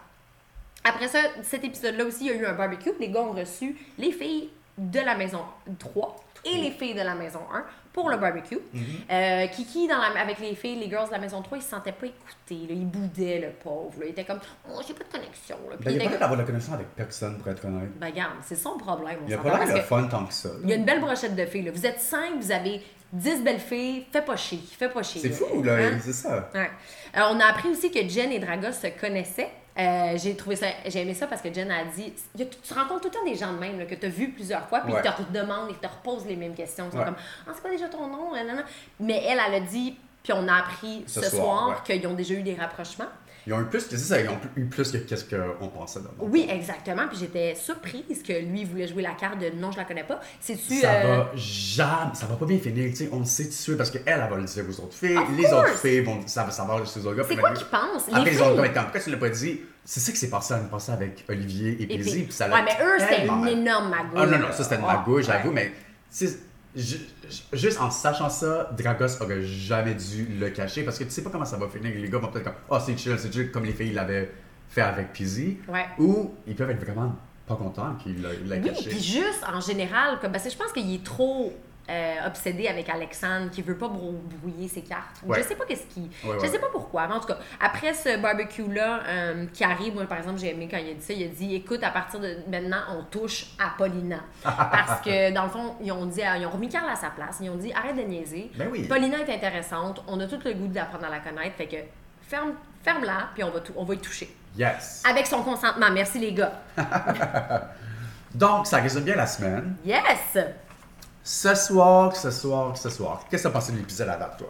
Speaker 2: Après ça, cet épisode-là aussi, il y a eu un barbecue. Les gars ont reçu les filles de la maison 3 et les filles de la maison 1 pour le barbecue.
Speaker 3: Mm-hmm.
Speaker 2: Euh, Kiki, dans la- avec les filles, les girls de la maison 3, ils se sentaient pas écoutés. là. Ils boudaient, le pauvre. là. Ils étaient comme, oh, j'ai pas de connexion. là. Puis
Speaker 3: Ben,
Speaker 2: il
Speaker 3: il n'y a
Speaker 2: était
Speaker 3: pas l'air
Speaker 2: comme,
Speaker 3: d'avoir de connaissance avec personne, pour être honnête.
Speaker 2: ben, garde, c'est son problème. on
Speaker 3: Il n'y a
Speaker 2: s'entend,
Speaker 3: pas l'air
Speaker 2: parce
Speaker 3: de
Speaker 2: que-
Speaker 3: fun tant que ça.
Speaker 2: il y a une belle brochette de filles. là. Vous êtes cinq, vous avez 10 belles filles. Fais pas chier, fais pas chier.
Speaker 3: C'est fou, là.
Speaker 2: Hein?
Speaker 3: C'est ça.
Speaker 2: Ouais. Euh, on a appris aussi que Jen et Dragos se connaissaient. Euh, j'ai trouvé ça, j'ai aimé ça parce que Jen a dit, il y a tout- tu rencontres tout le temps des gens de même là, que tu as vu plusieurs fois, puis
Speaker 3: Ouais.
Speaker 2: ils te redemandent, ils te reposent les mêmes questions. Ils sont
Speaker 3: Ouais.
Speaker 2: comme, ah, c'est quoi déjà ton nom? Euh, non, non. Mais elle, elle a dit, puis on a appris ce,
Speaker 3: Ce
Speaker 2: soir,
Speaker 3: soir,
Speaker 2: qu'ils ont déjà eu des rapprochements.
Speaker 3: Ils ont eu plus que c'est ça. Ils ont eu plus que qu'est-ce qu'on pensait d'abord.
Speaker 2: Oui, exactement. Puis j'étais surprise que lui voulait jouer la carte de non, je la connais pas. C'est-tu.
Speaker 3: Ça
Speaker 2: euh,
Speaker 3: va jamais, ça va pas bien finir, tu sais, on le sait tout de suite parce qu'elle, elle va le dire aux autres filles,
Speaker 2: Of
Speaker 3: les
Speaker 2: course.
Speaker 3: autres filles vont ça va savoir les autres gars.
Speaker 2: C'est
Speaker 3: puis
Speaker 2: quoi
Speaker 3: même-
Speaker 2: qu'ils pensent? Les
Speaker 3: Après, les autres
Speaker 2: filles?
Speaker 3: gars, mais pourquoi tu l'as pas dit? C'est ça qui s'est passé à une passée avec Olivier et
Speaker 2: Et
Speaker 3: Daisy,
Speaker 2: puis-
Speaker 3: puis ça l'a
Speaker 2: ouais, mais eux, c'était
Speaker 3: tellement
Speaker 2: une
Speaker 3: mal.
Speaker 2: énorme magouille.
Speaker 3: Ah non, non, ça c'était une
Speaker 2: Ah,
Speaker 3: magouille, j'avoue,
Speaker 2: ouais.
Speaker 3: mais tu sais, ju- ju- juste en sachant ça, Dragos aurait jamais dû le cacher parce que tu sais pas comment ça va finir. Les gars vont peut-être comme, oh c'est chill, c'est chill, comme les filles l'avaient fait avec Pizzy.
Speaker 2: Ouais.
Speaker 3: Ou ils peuvent être vraiment pas contents qu'il l'a- il l'a
Speaker 2: Oui,
Speaker 3: caché.
Speaker 2: puis juste en général, comme, parce que je pense qu'il est trop euh, obsédé avec Alexandre, qui veut pas brou- brouiller ses cartes.
Speaker 3: Ouais.
Speaker 2: Je sais pas qu'est-ce qui.
Speaker 3: Ouais,
Speaker 2: je
Speaker 3: ouais,
Speaker 2: sais pas pourquoi. Mais en tout cas, après ce barbecue-là euh, qui arrive, moi par exemple, j'ai aimé quand il a dit ça, il a dit écoute, à partir de maintenant, on touche à Paulina. Parce que dans le fond, ils ont dit à- ils ont remis Carl à sa place, ils ont dit arrête de niaiser.
Speaker 3: Ben oui.
Speaker 2: Paulina est intéressante, on a tout le goût d'apprendre à la connaître, fait que ferme, ferme-la, puis on va, tou- on va y toucher.
Speaker 3: Yes.
Speaker 2: Avec son consentement, merci les gars.
Speaker 3: Donc, ça résume bien la semaine.
Speaker 2: Yes!
Speaker 3: Ce soir, ce soir, ce soir. Qu'est-ce qui s'est passé de l'épisode à date, toi?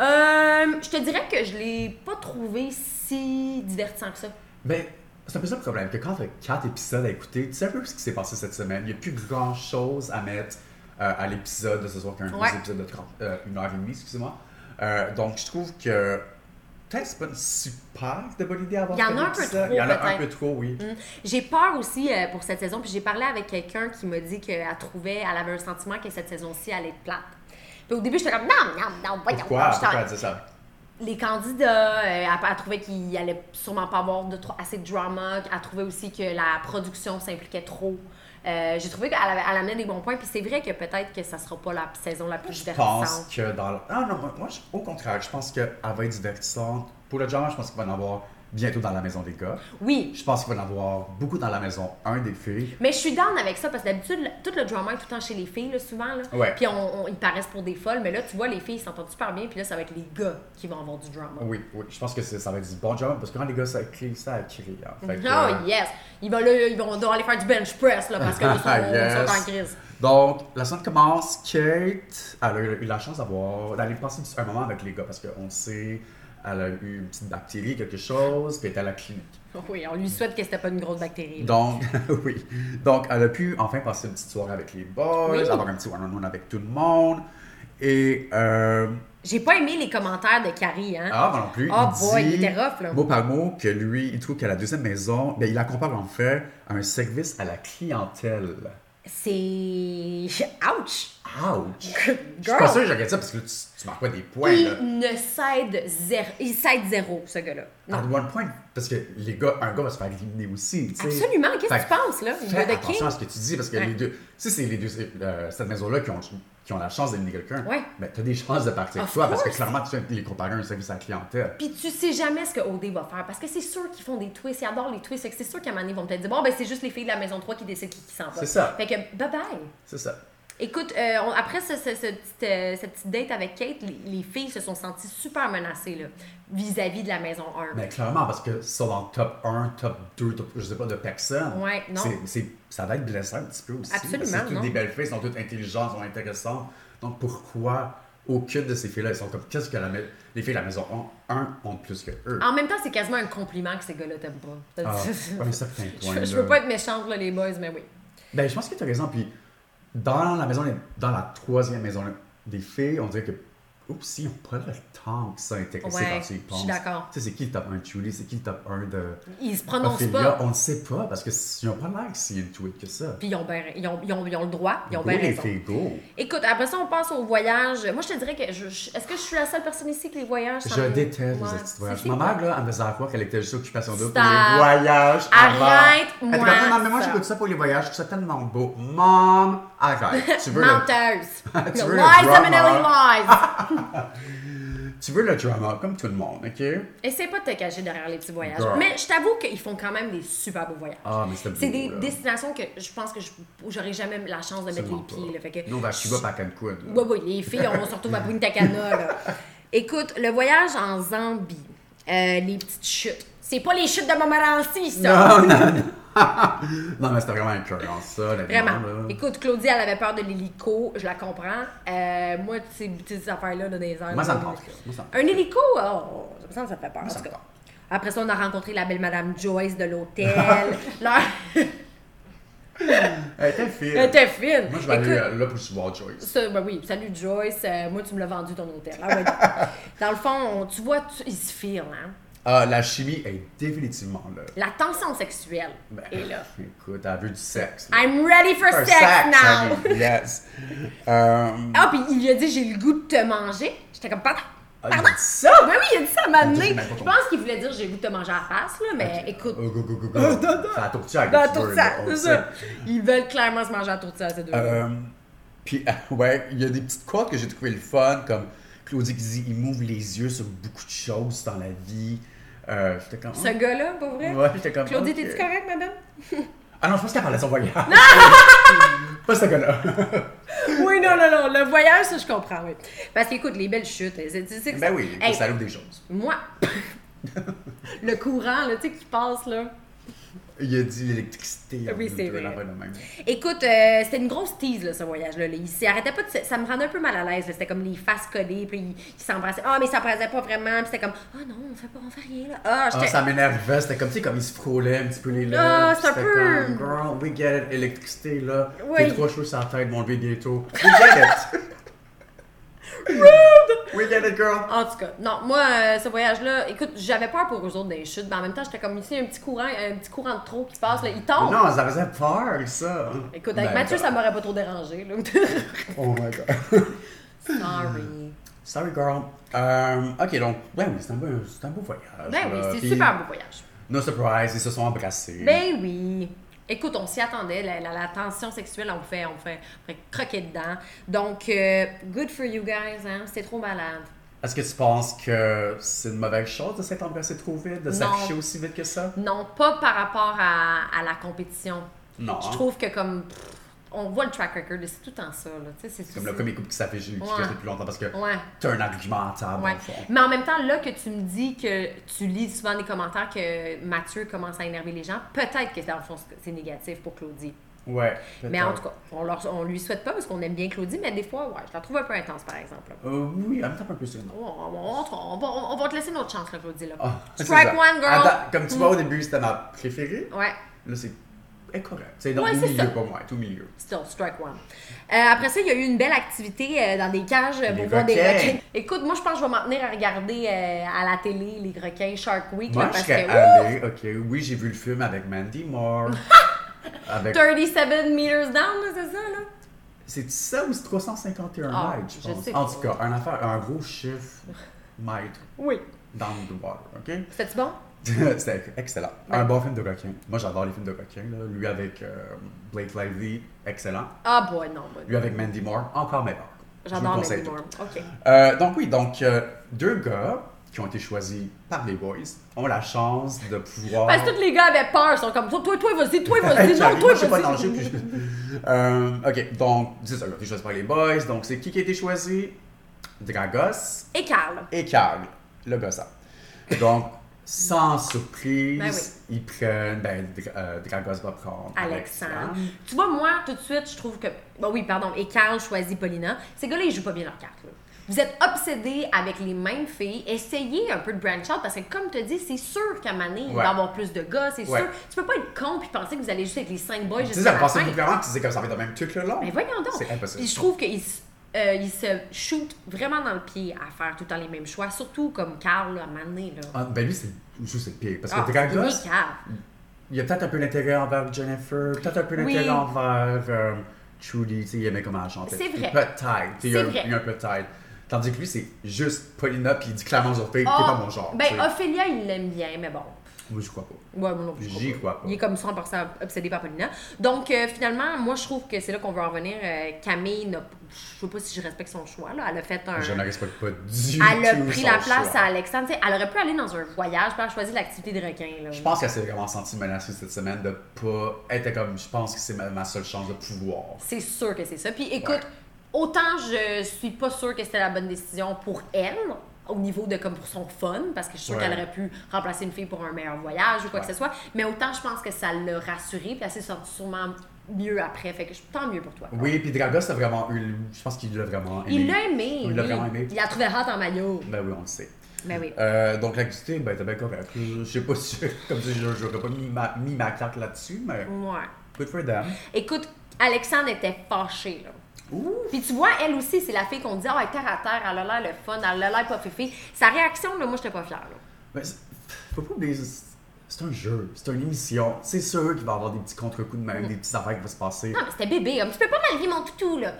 Speaker 2: Euh, je te dirais que je l'ai pas trouvé si divertissant que ça. Hmm.
Speaker 3: Ben, c'est un peu ça le problème, que quand t'as quatre épisodes à écouter, tu sais un peu ce qui s'est passé cette semaine. Il n'y a plus grand-chose à mettre euh, à l'épisode de ce soir qu'un
Speaker 2: Ouais.
Speaker 3: gros épisode de 30, euh, une heure et demie, excusez-moi. Euh, donc, je trouve que peut-être c'est pas une super de bonne idée à avoir
Speaker 2: Il y en
Speaker 3: quatre
Speaker 2: a un peu
Speaker 3: épisodes.
Speaker 2: trop,
Speaker 3: Il y en a un
Speaker 2: peut-être. Mm.
Speaker 3: peu trop, oui.
Speaker 2: J'ai peur aussi euh, pour cette saison, puis j'ai parlé avec quelqu'un qui m'a dit qu'elle trouvait, elle avait un sentiment que cette saison-ci allait être plate. Puis au début, j'étais comme non, non, non, voyons.
Speaker 3: Pourquoi?
Speaker 2: J'étais-
Speaker 3: Pourquoi elle dit ça?
Speaker 2: les candidats, euh, elle, elle trouvait qu'il allait sûrement pas avoir de, trop- assez de drama, elle trouvait aussi que la production s'impliquait trop. Euh, J'ai trouvé qu'elle avait- elle amenait des bons points, puis c'est vrai que peut-être que ça sera pas la saison la plus
Speaker 3: Je pense
Speaker 2: divertissante.
Speaker 3: que dans le... Ah non, moi, je- au contraire, je pense qu'elle va être divertissante. Pour le drama, je pense qu'il va en avoir bientôt dans la maison des gars.
Speaker 2: Oui,
Speaker 3: Je pense qu'il va en avoir beaucoup dans la maison 1 des filles.
Speaker 2: mais je suis down avec ça parce que d'habitude, le- tout le drama est tout le temps chez les filles, là, souvent. Là.
Speaker 3: Ouais.
Speaker 2: Puis on, on- ils paraissent pour des folles, mais là, tu vois, les filles ils s'entendent super bien, puis là, ça va être les gars qui vont avoir du drama.
Speaker 3: Oui, oui, je pense que c'est- ça va être du bon drama parce que quand les gars, ça crie, ça crie. hein. Fait que,
Speaker 2: Oh
Speaker 3: euh,
Speaker 2: yes! Ils vont, là, ils vont devoir aller faire du bench press là, parce que là, ils sont, ils sont
Speaker 3: Ah, Yes.
Speaker 2: en crise.
Speaker 3: Donc, la scène commence. Kate, elle a eu la chance d'avoir, d'aller passer du- un moment avec les gars parce qu'on sait, elle a eu une petite bactérie, quelque chose, puis elle est à la clinique.
Speaker 2: Oui, on lui souhaite que c'était pas une grosse bactérie. là.
Speaker 3: Donc, oui. Donc, elle a pu enfin passer une petite soirée avec les boys,
Speaker 2: Oui.
Speaker 3: avoir un petit one-on-one avec tout le monde. Et, euh,
Speaker 2: J'ai pas aimé les commentaires de Carrie, hein?
Speaker 3: ah, moi non plus,
Speaker 2: Ah,
Speaker 3: il
Speaker 2: boy,
Speaker 3: dit,
Speaker 2: il était rough, là.
Speaker 3: mot par mot, que lui, il trouve que la deuxième maison, ben, il la compare en fait à un service à la clientèle.
Speaker 2: C'est. Ouch!
Speaker 3: Ouch! Je suis
Speaker 2: Girl!
Speaker 3: pas sûr que je regarde ça parce que là, tu, tu marques pas des points,
Speaker 2: il
Speaker 3: là.
Speaker 2: ne cède zéro. Il cède zéro, ce gars-là.
Speaker 3: At
Speaker 2: Non.
Speaker 3: one point, parce que les gars, un gars va se faire éliminer aussi. tu sais.
Speaker 2: Absolument, qu'est-ce que
Speaker 3: Fait
Speaker 2: tu penses, là? Le
Speaker 3: Fais
Speaker 2: de
Speaker 3: attention
Speaker 2: King?
Speaker 3: à ce que tu dis, parce que
Speaker 2: Ouais.
Speaker 3: les deux, si c'est les deux, euh, cette maison-là qui ont, qui ont la chance d'éliminer quelqu'un,
Speaker 2: Ouais.
Speaker 3: ben, t'as des chances de partir
Speaker 2: Of
Speaker 3: toi, parce que
Speaker 2: course.
Speaker 3: clairement, tu viens de les comparer à un service à la clientèle.
Speaker 2: Puis tu sais jamais ce que OD va faire parce que c'est sûr qu'ils font des twists, ils adorent les twists. Fait que c'est sûr qu'à un moment donné, ils vont peut-être dire Bon, ben c'est juste les filles de la maison 3 qui décident qui, qui s'en va.
Speaker 3: C'est ça.
Speaker 2: Fait que bye bye.
Speaker 3: C'est ça.
Speaker 2: Écoute, euh, on- après ce, ce- ce petit, euh, cette petite date avec Kate, les, les filles se sont senties super menacées là, vis-à-vis de la maison 1.
Speaker 3: Mais clairement, parce que ça, dans le top 1, top 2, top, je sais pas, de personnes,
Speaker 2: Ouais, non.
Speaker 3: c'est- c'est- ça va être blessant un petit peu aussi.
Speaker 2: Absolument,
Speaker 3: parce que C'est toutes
Speaker 2: non.
Speaker 3: des belles filles, elles sont toutes intelligentes, elles sont intéressantes. Donc pourquoi aucune de ces filles-là, elles sont comme, qu'est-ce que la, ma- les filles de la maison 1 ont de plus que eux?
Speaker 2: En même temps, c'est quasiment un compliment que ces gars-là t'aiment pas.
Speaker 3: Ah, à un certain point.
Speaker 2: je, je
Speaker 3: là.
Speaker 2: veux pas être méchante, là, les boys, mais oui.
Speaker 3: Ben, je pense que tu as raison. Puis, dans la maison, dans la troisième maison des filles, on dirait que, oups, si, ils n'ont pas le temps de s'intéresser
Speaker 2: Ouais,
Speaker 3: quand tu y
Speaker 2: je suis
Speaker 3: penses.
Speaker 2: d'accord.
Speaker 3: Tu sais, c'est qui le top 1 de Julie, c'est qui le top 1 de
Speaker 2: Ils se prononcent
Speaker 3: Ophelia,
Speaker 2: pas.
Speaker 3: on ne sait pas, parce qu'ils n'ont pas l'air si intuit que ça.
Speaker 2: Puis ils ont, ben- ils ont- ils ont- ils ont le droit, ils ont
Speaker 3: Go,
Speaker 2: bien
Speaker 3: les
Speaker 2: raison.
Speaker 3: filles, go.
Speaker 2: Écoute, après ça, on passe au voyage. Moi, je te dirais que. je- je- Est-ce que je suis la seule personne ici que les voyages. ça
Speaker 3: Je
Speaker 2: me-
Speaker 3: déteste
Speaker 2: Ouais,
Speaker 3: les petits voyages.
Speaker 2: c'est-
Speaker 3: Ma mère, là, elle me faisait croire qu'elle était juste occupation double pour
Speaker 2: Stop.
Speaker 3: les voyages.
Speaker 2: Arrête-moi
Speaker 3: maman. Elle était comme, non, mais moi,
Speaker 2: ça.
Speaker 3: j'écoute ça pour les voyages, je trouve ça tellement beau. Mom, arrête. Tu veux le-
Speaker 2: Menteuse!
Speaker 3: Tu veux le
Speaker 2: lies,
Speaker 3: drama.
Speaker 2: Emily, lies!
Speaker 3: tu veux le drama, comme tout le monde, OK?
Speaker 2: Essaye pas de te cacher derrière les petits voyages.
Speaker 3: Girl.
Speaker 2: Mais je t'avoue qu'ils font quand même des super beaux voyages.
Speaker 3: Ah, mais c'est beau,
Speaker 2: C'est des
Speaker 3: là.
Speaker 2: destinations que je pense que je- j'aurais jamais la chance de mettre les pieds. Là, fait que...
Speaker 3: Nous, on va à Cuba, pas à Cancun. là.
Speaker 2: Ouais, ouais, les filles, on se retrouve à Punta Cana. là. Écoute, le voyage en Zambie, euh, les petites chutes. C'est pas les chutes de Montmorency, ça!
Speaker 3: Non, non, non. non, mais c'était vraiment incroyable, ça. honnêtement,
Speaker 2: Vraiment.
Speaker 3: là.
Speaker 2: Écoute, Claudie, elle avait peur de l'hélico, je la comprends. Euh, moi, tu sais, toutes ces affaires-là, là, dans les airs.
Speaker 3: Moi, ça
Speaker 2: là,
Speaker 3: me tente.
Speaker 2: là.
Speaker 3: Moi, ça me tente.
Speaker 2: Un hélico, oh, ça me semble que ça fait peur. en
Speaker 3: ça
Speaker 2: tout
Speaker 3: me
Speaker 2: cas.
Speaker 3: tente.
Speaker 2: Après ça, on a rencontré la belle Madame Joyce de l'hôtel. Leur-
Speaker 3: Elle était fine.
Speaker 2: Elle était fine.
Speaker 3: Moi, je vais aller
Speaker 2: Écoute,
Speaker 3: euh, là pour voir Joyce.
Speaker 2: ça, ben oui, salut Joyce, euh, moi tu me l'as vendu ton hôtel. Ah ouais, donc. Dans le fond, on- tu vois, tu- ils se filent. Hein?
Speaker 3: Ah, la chimie est définitivement là.
Speaker 2: La tension sexuelle
Speaker 3: Ben,
Speaker 2: est là. Ah,
Speaker 3: Écoute, elle veut du sexe. là.
Speaker 2: I'm ready for
Speaker 3: Un
Speaker 2: sex,
Speaker 3: sac,
Speaker 2: now!
Speaker 3: salut, Yes. Euh,
Speaker 2: Ah, puis il lui a dit j'ai le goût de te manger. J'étais comme pardon.
Speaker 3: Ah, il a
Speaker 2: Pardon?
Speaker 3: dit ça?
Speaker 2: Ben oui, il a dit ça à un moment
Speaker 3: Mon Dieu,
Speaker 2: donné.
Speaker 3: j'ai même pas
Speaker 2: Je
Speaker 3: compris.
Speaker 2: pense qu'il voulait dire j'ai le goût de te manger à la face, là, mais écoute.
Speaker 3: Oh, Go, go, go, go, go. C'est la tourtière que
Speaker 2: Dans
Speaker 3: tu
Speaker 2: tout
Speaker 3: veux,
Speaker 2: ça,
Speaker 3: là, on
Speaker 2: c'est
Speaker 3: le
Speaker 2: ça.
Speaker 3: sait.
Speaker 2: Ils veulent clairement se manger à tout ça, ces deux.
Speaker 3: Euh, puis, ah, ouais, il y a des petites quotes que j'ai trouvé le fun, comme Claudie qui dit il m'ouvre les yeux sur beaucoup de choses dans la vie. Euh, j'étais comme.
Speaker 2: Ce gars-là, pas vrai?
Speaker 3: Ouais, j'étais comme.
Speaker 2: Claudie,
Speaker 3: ok.
Speaker 2: t'es-tu correcte, madame?
Speaker 3: Ah non, je pense qu'elle parlait de son voyage. Pas ce gars-là.
Speaker 2: Oui, non, non, non. Le voyage, ça, je comprends, oui. Parce qu'écoute, les belles chutes, hein, c'est- tu sais que ça-
Speaker 3: Ben oui,
Speaker 2: Hey,
Speaker 3: ça ouvre des choses.
Speaker 2: Moi, le courant, là, tu sais, qui passe, là.
Speaker 3: Il a dit l'électricité.
Speaker 2: Oui,
Speaker 3: on
Speaker 2: c'est
Speaker 3: veut
Speaker 2: vrai.
Speaker 3: la faire de même.
Speaker 2: Écoute, euh, c'était une grosse tease, là, ce voyage-là. là. Il s'arrêtait pas de... se- Ça me rendait un peu mal à l'aise. là. C'était comme les faces collées, puis ils ils s'embrassaient. Ah, mais ça s'embrassaient pas vraiment. Puis c'était comme, ah non, on fait, pas, on fait rien, là. Ah,
Speaker 3: Ah,
Speaker 2: j'étais...
Speaker 3: ça m'énervait, c'était comme, tu sais, comme il se frôlait un petit peu les lèvres.
Speaker 2: Ah,
Speaker 3: puis
Speaker 2: c'est un
Speaker 3: c'était
Speaker 2: peu-
Speaker 3: Comme, Girl, we get it, électricité, là.
Speaker 2: Oui.
Speaker 3: Tes trois cheveux sur la tête, mon vieux ghetto. We get it. Rude! We get it, girl.
Speaker 2: En tout cas, non, moi, euh, ce voyage-là, écoute, j'avais peur pour eux autres des chutes, mais en même temps, j'étais comme ici, un petit courant, un petit courant de trop qui passe, là, il tombe.
Speaker 3: Non, ça faisait peur, ça.
Speaker 2: Écoute, avec
Speaker 3: Ben,
Speaker 2: Mathieu,
Speaker 3: ben.
Speaker 2: ça m'aurait pas trop dérangé, là.
Speaker 3: Oh my god.
Speaker 2: Sorry.
Speaker 3: Sorry girl. Euh, ok, donc, ouais, oui, c'est un, beau- c'est un beau voyage.
Speaker 2: Ben oui,
Speaker 3: là.
Speaker 2: c'est
Speaker 3: Puis,
Speaker 2: super beau voyage.
Speaker 3: No surprise, ils se sont embrassés.
Speaker 2: Ben oui. Écoute, on s'y attendait. La, la- la tension sexuelle, on fait, on fait, on fait croquer dedans. Donc, euh, good for you guys, hein. C'était trop malade.
Speaker 3: Est-ce que tu penses que c'est une mauvaise chose de s'être embrassé trop vite, de s'afficher aussi vite que ça?
Speaker 2: Non, pas par rapport à, à la compétition.
Speaker 3: Non.
Speaker 2: Je trouve que comme pff, on voit le track record, et c'est tout le temps ça. Là. Tu sais, C'est
Speaker 3: C'est Comme le
Speaker 2: c'est-
Speaker 3: premier couple qui s'affiche qui
Speaker 2: Ouais.
Speaker 3: reste le plus longtemps parce que
Speaker 2: Ouais.
Speaker 3: t'as un argument à table,
Speaker 2: Ouais.
Speaker 3: au fond.
Speaker 2: Mais en même temps, là que tu me dis que tu lis souvent des commentaires que Mathieu commence à énerver les gens, peut-être que dans le fond, c'est négatif pour Claudie.
Speaker 3: Ouais.
Speaker 2: Mais en
Speaker 3: peut-être.
Speaker 2: tout cas, on, leur, on lui souhaite pas parce qu'on aime bien Claudie, mais des fois, ouais, je la trouve un peu intense, par exemple. là. Oh,
Speaker 3: Euh, oui, elle me tape un peu sur le nom.
Speaker 2: On, on- on- on va, on va te laisser notre chance, là, Claudie. Là.
Speaker 3: Ah, c'est
Speaker 2: Strike
Speaker 3: ça.
Speaker 2: one, girl! Mm.
Speaker 3: Attends, comme tu vois, au début, c'était ma préférée.
Speaker 2: Ouais.
Speaker 3: Là, c'est est correct. C'est dans
Speaker 2: Ouais,
Speaker 3: le
Speaker 2: c'est
Speaker 3: milieu
Speaker 2: ça.
Speaker 3: pour moi, tout milieu.
Speaker 2: Still, strike one. Euh, après ça, il y a eu une belle activité euh, dans des cages euh,
Speaker 3: Les
Speaker 2: pour voir des
Speaker 3: requins.
Speaker 2: requins. Écoute, moi, je pense que je vais m'en tenir à regarder euh, à la télé les requins Shark Week.
Speaker 3: Moi,
Speaker 2: là,
Speaker 3: je
Speaker 2: parce
Speaker 3: serais
Speaker 2: que, ouh,
Speaker 3: allée, ok, oui, j'ai vu le film avec Mandy Moore. avec...
Speaker 2: 37 meters down, là, c'est ça, là?
Speaker 3: C'est ça ou c'est 351
Speaker 2: Ah,
Speaker 3: mètres, je
Speaker 2: je
Speaker 3: pense.
Speaker 2: sais
Speaker 3: en
Speaker 2: pas.
Speaker 3: tout cas, un, affaire, un gros chiffre mètre
Speaker 2: Oui.
Speaker 3: dans le water, ok?
Speaker 2: C'était-tu bon?
Speaker 3: C'était excellent.
Speaker 2: Ouais.
Speaker 3: Un bon film de coquin. Moi, j'adore les films de coquin. Là. Lui avec euh, Blake Lively, excellent.
Speaker 2: Ah, boy, non. bah,
Speaker 3: Lui avec Mandy Moore, encore meilleur. Je vous
Speaker 2: J'adore
Speaker 3: le
Speaker 2: Mandy
Speaker 3: conseille
Speaker 2: Moore.
Speaker 3: tout.
Speaker 2: OK.
Speaker 3: Euh, donc oui, donc euh, deux gars qui ont été choisis par les boys ont la chance de pouvoir...
Speaker 2: Parce que tous les gars avaient peur. Ils sont comme, toi, toi, toi, vas-y, toi, vas-y, non,
Speaker 3: J'arrive,
Speaker 2: toi,
Speaker 3: je sais pas
Speaker 2: vas-y.
Speaker 3: nager, puis je- Euh, ok, donc, c'est ça, ils ont été choisis par les boys. Donc, c'est qui qui a été choisi? Dragos
Speaker 2: Et Carl.
Speaker 3: et Carl, le gossard. Donc, sans surprise,
Speaker 2: Ben oui.
Speaker 3: ils prennent, ben, Dra- euh, Dragos va prendre
Speaker 2: Alexandre. Tu vois, moi, tout de suite, je trouve que. Bon, oui, pardon. Et Carl choisit Paulina. Ces gars-là, ils jouent pas bien leur carte. là. Vous êtes obsédés avec les mêmes filles. Essayez un peu de branch out parce que, comme tu dis, c'est sûr qu'à Mané, il
Speaker 3: Ouais.
Speaker 2: va y avoir plus de gars. C'est
Speaker 3: Ouais.
Speaker 2: sûr. Tu peux pas être con puis penser que vous allez juste avec les cinq boys
Speaker 3: Tu sais,
Speaker 2: jusqu'à
Speaker 3: ça
Speaker 2: la
Speaker 3: me
Speaker 2: fin.
Speaker 3: pensait vraiment que c'est comme ça va être le même truc le long.
Speaker 2: Mais Ben voyons donc.
Speaker 3: C'est impossible.
Speaker 2: Puis je trouve qu'ils se- euh, ils se shootent vraiment dans le pied à faire tout le temps les mêmes choix. Surtout comme Carl, là, à Mané. Là.
Speaker 3: Ah, ben lui, c'est je trouve que c'est le pire. Parce
Speaker 2: Ah,
Speaker 3: que Dragos,
Speaker 2: c'est Carl.
Speaker 3: il y a peut-être un peu l'intérêt envers Jennifer, peut-être un peu
Speaker 2: Oui.
Speaker 3: l'intérêt envers euh, Trudy, tu sais, il aimait comment elle chantait.
Speaker 2: C'est vrai.
Speaker 3: Peut-être. tu sais, Il y a
Speaker 2: C'est vrai.
Speaker 3: un- il y a un peut-être. Tandis que lui, c'est juste Paulina, puis il dit clairement genre, t'es t'es
Speaker 2: Ah,
Speaker 3: pas mon genre. tu
Speaker 2: Ben,
Speaker 3: sais.
Speaker 2: Ophélia, il l'aime bien, mais bon.
Speaker 3: Moi, je crois pas.
Speaker 2: Ouais, moi non plus. je
Speaker 3: J'y crois pas.
Speaker 2: Il est comme 100% obsédé par Paulina. Donc, euh, finalement, moi, je trouve que c'est là qu'on veut en venir. Euh, Camille, n'a- je sais pas si je respecte son choix. Là. Elle a fait un.
Speaker 3: Je ne respecte pas du
Speaker 2: Elle a
Speaker 3: tout
Speaker 2: pris
Speaker 3: son
Speaker 2: la place
Speaker 3: choix.
Speaker 2: à Alexandre. Tu sais, elle aurait pu aller dans un voyage, puis elle a choisi l'activité de requin. Là.
Speaker 3: Je pense qu'elle s'est vraiment sentie menacée cette semaine de pas. Elle était comme, je pense que c'est ma, ma seule chance de pouvoir.
Speaker 2: C'est sûr que c'est ça. Puis écoute,
Speaker 3: Ouais.
Speaker 2: autant je suis pas sûre que c'était la bonne décision pour elle, au niveau de comme pour son fun, parce que je suis sûre
Speaker 3: Ouais.
Speaker 2: qu'elle aurait pu remplacer une fille pour un meilleur voyage ou quoi que
Speaker 3: Ouais.
Speaker 2: ce soit, mais autant je pense que ça l'a rassurée, puis elle s'est sentie sûrement mieux après. Fait que je- tant mieux pour toi.
Speaker 3: Oui, puis Dragos a vraiment eu. Je pense qu'il l'a vraiment aimé.
Speaker 2: Il l'a aimé.
Speaker 3: Il l'a
Speaker 2: oui.
Speaker 3: vraiment aimé.
Speaker 2: Il la trouvé hot en maillot.
Speaker 3: Ben oui, on le sait.
Speaker 2: Mais oui.
Speaker 3: Euh, donc l'activité, ben t'es bien correct. Je sais pas si, comme si je j'aurais pas mis ma, mis ma carte là-dessus, mais
Speaker 2: Ouais.
Speaker 3: good for them.
Speaker 2: Écoute, Alexandre était fâché, là.
Speaker 3: Ouh!
Speaker 2: Puis tu vois, elle aussi, c'est la fille qu'on dit, oh, elle est terre à terre, elle a l'air le fun, elle a l'air pas fifi. Sa réaction, là, moi, j'étais pas fière, là.
Speaker 3: Ben, c'est- faut pas oublier, c'est c'est un jeu, c'est une émission. C'est sûr qu'il va y avoir des petits contre-coups de
Speaker 2: Mm.
Speaker 3: même, des petites affaires qui vont se passer.
Speaker 2: Non, mais c'était bébé. Comme, tu peux pas m'enlever mon toutou, là.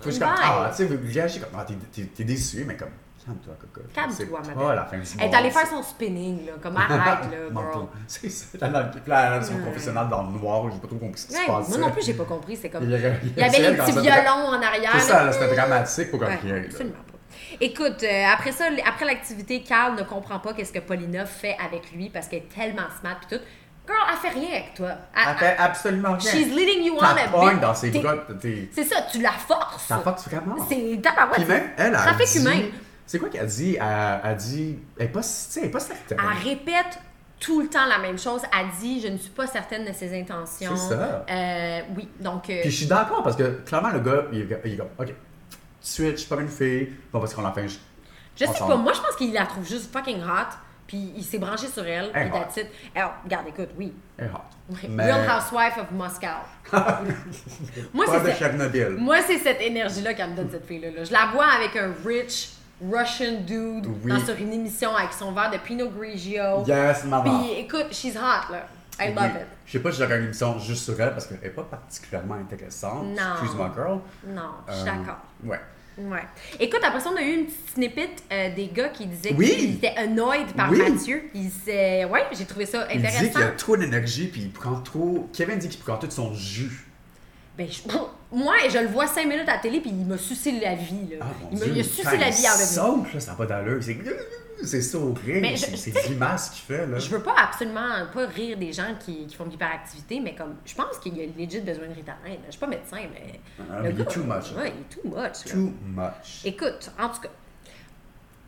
Speaker 3: Faut juste
Speaker 2: Bye.
Speaker 3: comme, ah, tu sais, réagir comme, ah, t'es- t'es t'es déçu, mais comme, calme-toi, cocotte.
Speaker 2: Calme-toi,
Speaker 3: C'est
Speaker 2: ma
Speaker 3: pas
Speaker 2: belle.
Speaker 3: la fin du
Speaker 2: Elle
Speaker 3: monde,
Speaker 2: est allée faire
Speaker 3: c'est-
Speaker 2: son spinning, là. Comme, arrête, là, girl.
Speaker 3: Menton. C'est ça, la la- son confessionnal dans le noir, j'ai pas trop compris ce qui
Speaker 2: Ouais,
Speaker 3: se passait.
Speaker 2: moi non plus, j'ai pas compris. C'est comme.
Speaker 3: Il y
Speaker 2: Il y
Speaker 3: avait-
Speaker 2: avait
Speaker 3: il y avait
Speaker 2: les
Speaker 3: dans
Speaker 2: petits
Speaker 3: un-
Speaker 2: violons en arrière.
Speaker 3: C'est ça,
Speaker 2: là.
Speaker 3: là, c'était dramatique pour
Speaker 2: Ouais,
Speaker 3: comme rien. là.
Speaker 2: absolument pas. Écoute, euh, après ça, l- après l'activité, Carl ne comprend pas qu'est-ce que Paulina fait avec lui parce qu'elle est tellement smart pis tout. Girl, elle fait rien avec toi. Elle-
Speaker 3: Elle fait absolument rien.
Speaker 2: elle- Ah, she's leading you on
Speaker 3: Ça
Speaker 2: a
Speaker 3: pogne
Speaker 2: bit.
Speaker 3: dans ses
Speaker 2: T'es-
Speaker 3: bras, t'es...
Speaker 2: C'est ça, tu la forces.
Speaker 3: Ça fuck vraiment.
Speaker 2: C'est tabarouette.
Speaker 3: Puis même, elle a
Speaker 2: Trafic
Speaker 3: dit...
Speaker 2: humain.
Speaker 3: C'est quoi qu'elle dit? Elle, elle dit... Elle est pas, tu sais, elle est pas certaine.
Speaker 2: Elle répète tout le temps la même chose. Elle dit Je ne suis pas certaine de ses intentions.
Speaker 3: C'est ça.
Speaker 2: Euh, oui, donc. euh,
Speaker 3: Puis je suis d'accord, parce que clairement, le gars, il est, il est comme, OK, switch, pas une fille, bon, parce qu'on l'a fait...
Speaker 2: je sais
Speaker 3: ensemble.
Speaker 2: pas, moi je pense qu'il la trouve juste fucking hot. Puis il s'est branché sur elle.
Speaker 3: Elle
Speaker 2: Puis
Speaker 3: hot.
Speaker 2: that's it. Alors, regarde, écoute, oui.
Speaker 3: Elle est hot.
Speaker 2: Real Housewife of Moscow. moi,
Speaker 3: pas de
Speaker 2: c'est cette-
Speaker 3: Chernobyl.
Speaker 2: moi, c'est cette énergie-là qu'elle me donne, cette fille-là. là. Je la vois avec un rich Russian dude
Speaker 3: Oui.
Speaker 2: dans, sur une émission avec son verre de Pinot Grigio.
Speaker 3: Yes, maman.
Speaker 2: Puis écoute, she's hot, là. I love
Speaker 3: Oui.
Speaker 2: it.
Speaker 3: Je sais pas si j'aurais une émission juste sur elle parce qu'elle est pas particulièrement intéressante.
Speaker 2: Non.
Speaker 3: Excuse-moi, girl.
Speaker 2: Non, je suis
Speaker 3: Euh,
Speaker 2: d'accord.
Speaker 3: Ouais.
Speaker 2: Ouais. Écoute, après ça, on a eu une petite snippet euh, des gars qui disaient
Speaker 3: Oui.
Speaker 2: qu'ils étaient annoyed par
Speaker 3: Oui.
Speaker 2: Mathieu. Ils disaient, ouais, j'ai trouvé ça
Speaker 3: Il dit
Speaker 2: intéressant.
Speaker 3: qu'il a trop d'énergie, puis il prend trop. Kevin dit qu'il prend tout son jus.
Speaker 2: Ben, je- Moi, je le vois 5 minutes à la télé, puis il m'a sucé la vie. Là.
Speaker 3: Ah mon
Speaker 2: il m'a
Speaker 3: dieu.
Speaker 2: il a sucé la vie
Speaker 3: en
Speaker 2: avec moi.
Speaker 3: là, ça n'a pas d'allure. C'est. C'est sourire.
Speaker 2: Mais je-
Speaker 3: C'est
Speaker 2: tu sais-
Speaker 3: c'est grimace qu'il fait, là.
Speaker 2: Je veux pas absolument pas rire des gens qui, qui font de l'hyperactivité, mais comme je pense qu'il y a legit besoin de Ritalin. là. Je suis pas médecin, mais.
Speaker 3: Ah,
Speaker 2: le
Speaker 3: mais il est
Speaker 2: gars,
Speaker 3: too much, là.
Speaker 2: Ouais, il est too much. là.
Speaker 3: Too much.
Speaker 2: Écoute, en tout cas,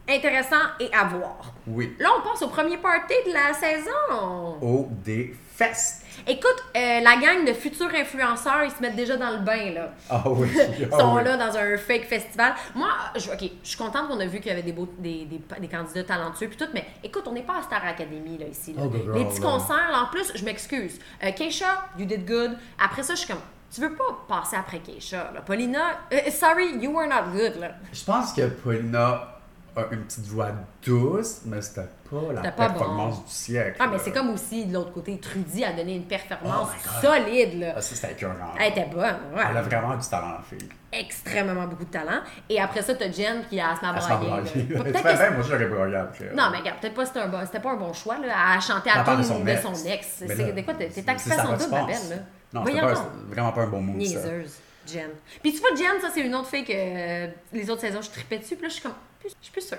Speaker 2: intéressant et à voir.
Speaker 3: Oui.
Speaker 2: Là, on passe au premier party de la saison.
Speaker 3: Oh, des fesses.
Speaker 2: Écoute, euh, la gang de futurs influenceurs, ils se mettent déjà dans le bain, là.
Speaker 3: Ah oui.
Speaker 2: Ils
Speaker 3: ah
Speaker 2: sont
Speaker 3: oui.
Speaker 2: là dans un fake festival. Moi, je, ok, je suis contente qu'on a vu qu'il y avait des, beaux, des, des, des candidats talentueux puis tout, mais écoute, on n'est pas à Star Academy là, ici. là.
Speaker 3: Oh, girl,
Speaker 2: Les petits
Speaker 3: là.
Speaker 2: concerts, là, en plus, je m'excuse. Euh, Keisha, you did good. Après ça, je suis comme, tu veux pas passer après Keisha. Là. Paulina, euh, sorry, you were not good. Là.
Speaker 3: Je pense que Paulina a une petite voix douce, mais c'était pas la
Speaker 2: C'était pas
Speaker 3: performance
Speaker 2: bon.
Speaker 3: du siècle.
Speaker 2: Ah, mais
Speaker 3: là.
Speaker 2: c'est comme aussi de l'autre côté, Trudy a donné une performance
Speaker 3: Euh. Oh my God.
Speaker 2: solide. Là.
Speaker 3: Ah, ça, c'était écœurant.
Speaker 2: Elle était bonne, ouais.
Speaker 3: Elle a vraiment du talent, la fille.
Speaker 2: extrêmement beaucoup de talent. Et après ça, t'as Jen qui a se
Speaker 3: Elle s'en
Speaker 2: m'abrailler. Ah, là.
Speaker 3: branlait. Tu
Speaker 2: Peut-être
Speaker 3: fais
Speaker 2: que
Speaker 3: bien, moi, j'aurais broyé après.
Speaker 2: Non, mais regarde, peut-être pas c'était un bon- c'était pas un bon choix là, à chanter
Speaker 3: Elle
Speaker 2: à
Speaker 3: parle de son
Speaker 2: tune de
Speaker 3: ex.
Speaker 2: son ex.
Speaker 3: Mais
Speaker 2: C'est
Speaker 3: là,
Speaker 2: des quoi t'es t'es
Speaker 3: c'est-
Speaker 2: accepté
Speaker 3: ça
Speaker 2: à
Speaker 3: a
Speaker 2: son
Speaker 3: pas de
Speaker 2: tune, ma
Speaker 3: sens.
Speaker 2: belle là.
Speaker 3: Non, c'était
Speaker 2: Voyons
Speaker 3: pas-
Speaker 2: donc.
Speaker 3: c'était vraiment pas un bon move, ça.
Speaker 2: Niaiseuse, Jen. Puis tu vois, Jen, ça c'est une autre fille que euh, les autres saisons je tripais dessus, puis là je suis comme plus- je suis plus sûre.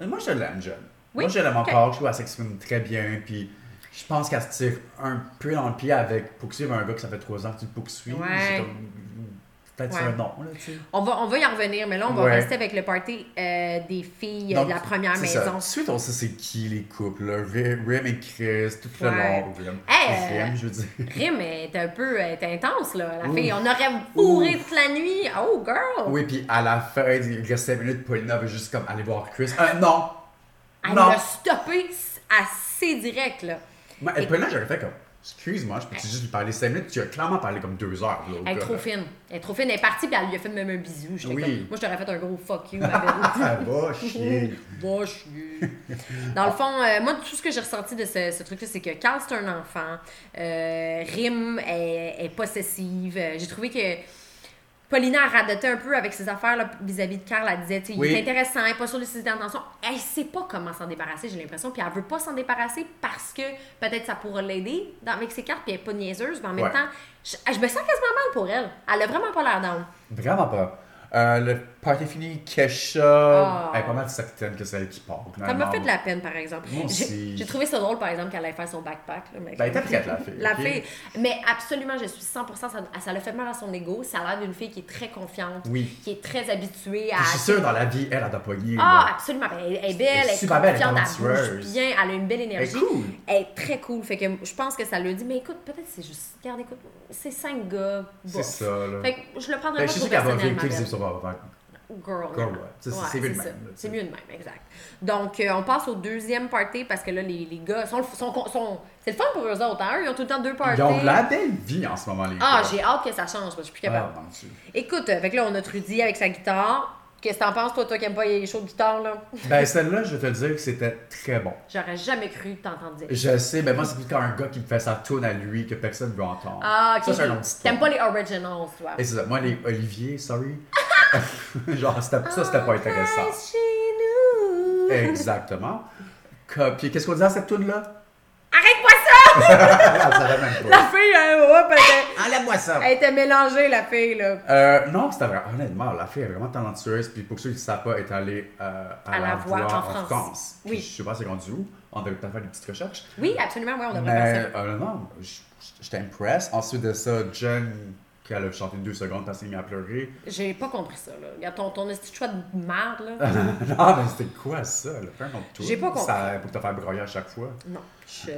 Speaker 3: Euh, Moi, je l'aime jeune.
Speaker 2: Oui?
Speaker 3: Moi, je l'aime
Speaker 2: Ok.
Speaker 3: encore. Je trouve qu'elle s'exprime très bien. Puis je pense qu'elle se tire un peu dans le pied avec poursuivre un gars que ça fait trois ans que tu le poursuis.
Speaker 2: Ouais.
Speaker 3: C'est comme. Peut-être
Speaker 2: Ouais.
Speaker 3: c'est un nom, là, tu sais.
Speaker 2: On va, on va y en revenir, mais là on va
Speaker 3: Ouais.
Speaker 2: rester avec le party euh, des filles euh,
Speaker 3: Donc,
Speaker 2: de la première
Speaker 3: c'est ça.
Speaker 2: maison.
Speaker 3: Tout de suite, on sait c'est qui les couples. là. Rim, Rim et Chris, tout le
Speaker 2: Ouais.
Speaker 3: long. Rim.
Speaker 2: Hey, euh,
Speaker 3: Rim, je veux dire.
Speaker 2: Rim est un peu elle est intense là, la
Speaker 3: Ouf.
Speaker 2: fille. On aurait fourré
Speaker 3: Ouf.
Speaker 2: toute la nuit. Oh girl!
Speaker 3: Oui, puis à la fin, il reste 5 minutes, Paulina veut juste comme aller voir Chris. Euh, non!
Speaker 2: Elle
Speaker 3: non!
Speaker 2: l'a stoppé assez direct là.
Speaker 3: Moi, et Paulina, j'aurais fait comme, excuse-moi, je peux-tu juste lui parler 5 minutes? Tu as clairement parlé comme 2 heures. là, au
Speaker 2: Elle est
Speaker 3: gars,
Speaker 2: trop
Speaker 3: là.
Speaker 2: fine. Elle est trop fine. Elle est partie, puis elle lui a fait même un bisou. J'étais
Speaker 3: Oui.
Speaker 2: comme- moi, je t'aurais fait un gros fuck you, ma
Speaker 3: Ah,
Speaker 2: belle.
Speaker 3: va chier.
Speaker 2: Va chier. Dans le fond, euh, moi, tout ce que j'ai ressenti de ce, ce truc-là, c'est que Carl, c'est un enfant. Euh, Rim est, est possessive. Euh, J'ai trouvé que Paulina a radoté un peu avec ses affaires là, vis-à-vis de Carl. Elle disait, tu sais, il
Speaker 3: Oui.
Speaker 2: est intéressant, elle est pas sûre de ses intentions. Elle sait pas comment s'en débarrasser, j'ai l'impression. Puis elle veut pas s'en débarrasser parce que peut-être ça pourra l'aider dans- avec ses cartes, puis elle est pas niaiseuse. Mais en même
Speaker 3: Ouais.
Speaker 2: temps, je, je me sens quasiment mal pour elle. Elle a vraiment pas l'air down.
Speaker 3: Vraiment pas. Euh, le party fini, Kesha,
Speaker 2: Ah.
Speaker 3: elle est pas mal certaine que c'est elle qui part.
Speaker 2: Ça m'a
Speaker 3: finalement.
Speaker 2: fait de la peine, par exemple.
Speaker 3: Moi
Speaker 2: J'ai-
Speaker 3: aussi.
Speaker 2: J'ai trouvé ça drôle, par exemple, qu'elle allait faire son backpack. Là,
Speaker 3: Ben,
Speaker 2: mais...
Speaker 3: elle était prête, la fille.
Speaker 2: La
Speaker 3: ok?
Speaker 2: fille. Mais absolument, je suis 100%, ça, ça l'a fait mal à son ego. Ça a l'air d'une fille qui est très confiante,
Speaker 3: Oui.
Speaker 2: qui est très habituée à...
Speaker 3: Je suis sûre, dans la vie, elle, elle a pas gagné.
Speaker 2: Ah,
Speaker 3: là.
Speaker 2: absolument. Ben, Elle, elle est belle, elle est
Speaker 3: super belle, elle est
Speaker 2: confiante, elle bouge
Speaker 3: talentueuse.
Speaker 2: bien, elle a une belle
Speaker 3: Elle est
Speaker 2: énergie.
Speaker 3: cool.
Speaker 2: Elle est très cool. Fait que je pense que ça lui dit, mais écoute, peut-être c'est juste, regarde, écoute, c'est cinq gars.
Speaker 3: C'est
Speaker 2: bof.
Speaker 3: ça, là.
Speaker 2: Fait que je le prendrais
Speaker 3: Ben,
Speaker 2: pas
Speaker 3: je suis sûre
Speaker 2: trop
Speaker 3: qu'elle va
Speaker 2: personnellement.
Speaker 3: vérifier que
Speaker 2: belle.
Speaker 3: c'est sur va faire.
Speaker 2: Girl.
Speaker 3: Girl, ouais.
Speaker 2: ouais.
Speaker 3: Ça, c'est- c'est mieux de
Speaker 2: ça.
Speaker 3: même, là, tu
Speaker 2: C'est
Speaker 3: sais.
Speaker 2: mieux de même, exact. Donc, euh, on passe au deuxième party parce que là, les, les gars sont, sont, sont- C'est le fun pour eux autres, hein? Eux, Ils ont tout le temps deux parties.
Speaker 3: Ils ont de la belle vie en ce moment, les
Speaker 2: Ah,
Speaker 3: gars.
Speaker 2: j'ai hâte que ça change, moi, je suis plus capable.
Speaker 3: Ah, mon Dieu.
Speaker 2: Écoute, euh, fait que là, on a Trudy avec sa guitare. Qu'est-ce que t'en penses, toi, toi qui aimes pas les shows de guitare, là?
Speaker 3: Ben, celle-là, je vais te le dire que c'était très bon.
Speaker 2: J'aurais jamais cru t'entendre dire.
Speaker 3: Je sais, mais moi, c'est plus quand un gars qui me fait sa tourne à lui que personne ne veut entendre.
Speaker 2: Ah,
Speaker 3: Ça,
Speaker 2: ok.
Speaker 3: c'est un autre petit
Speaker 2: T'aimes
Speaker 3: point.
Speaker 2: pas les originals, toi?
Speaker 3: Et c'est ça. Moi, les Olivier, sorry. Genre, c'était- ça, c'était pas intéressant.
Speaker 2: Ah, chez nous.
Speaker 3: Exactement. Que- Puis qu'est-ce qu'on disait à cette toune-là?
Speaker 2: Arrête-moi ça!
Speaker 3: Elle savait même
Speaker 2: La
Speaker 3: pas.
Speaker 2: fille, elle, hop, elle était-
Speaker 3: Enlève-moi ça!
Speaker 2: elle était mélangée, la fille, là.
Speaker 3: Euh, non, c'était vrai. Honnêtement, la fille est vraiment talentueuse. Puis pour ceux qui ne savent pas, elle est allée euh, à, la, voix, en France.
Speaker 2: Oui.
Speaker 3: Puis Je sais pas, c'est rendu où? On devait peut-être faire des petites recherches.
Speaker 2: Oui, absolument, oui, on devrait faire ça.
Speaker 3: Mais euh, non, j- j'étais impress. Ensuite de ça, Jen, qu'elle a chanté deux secondes parce qu'elle s'est mis à pleurer.
Speaker 2: J'ai pas compris ça, là. Regarde, ton, ton esti de choix de merde,
Speaker 3: Ah.
Speaker 2: là.
Speaker 3: non, mais c'était quoi ça? Le un autre tour.
Speaker 2: J'ai pas compris.
Speaker 3: Ça, pour te faire broyer à chaque fois.
Speaker 2: non, je...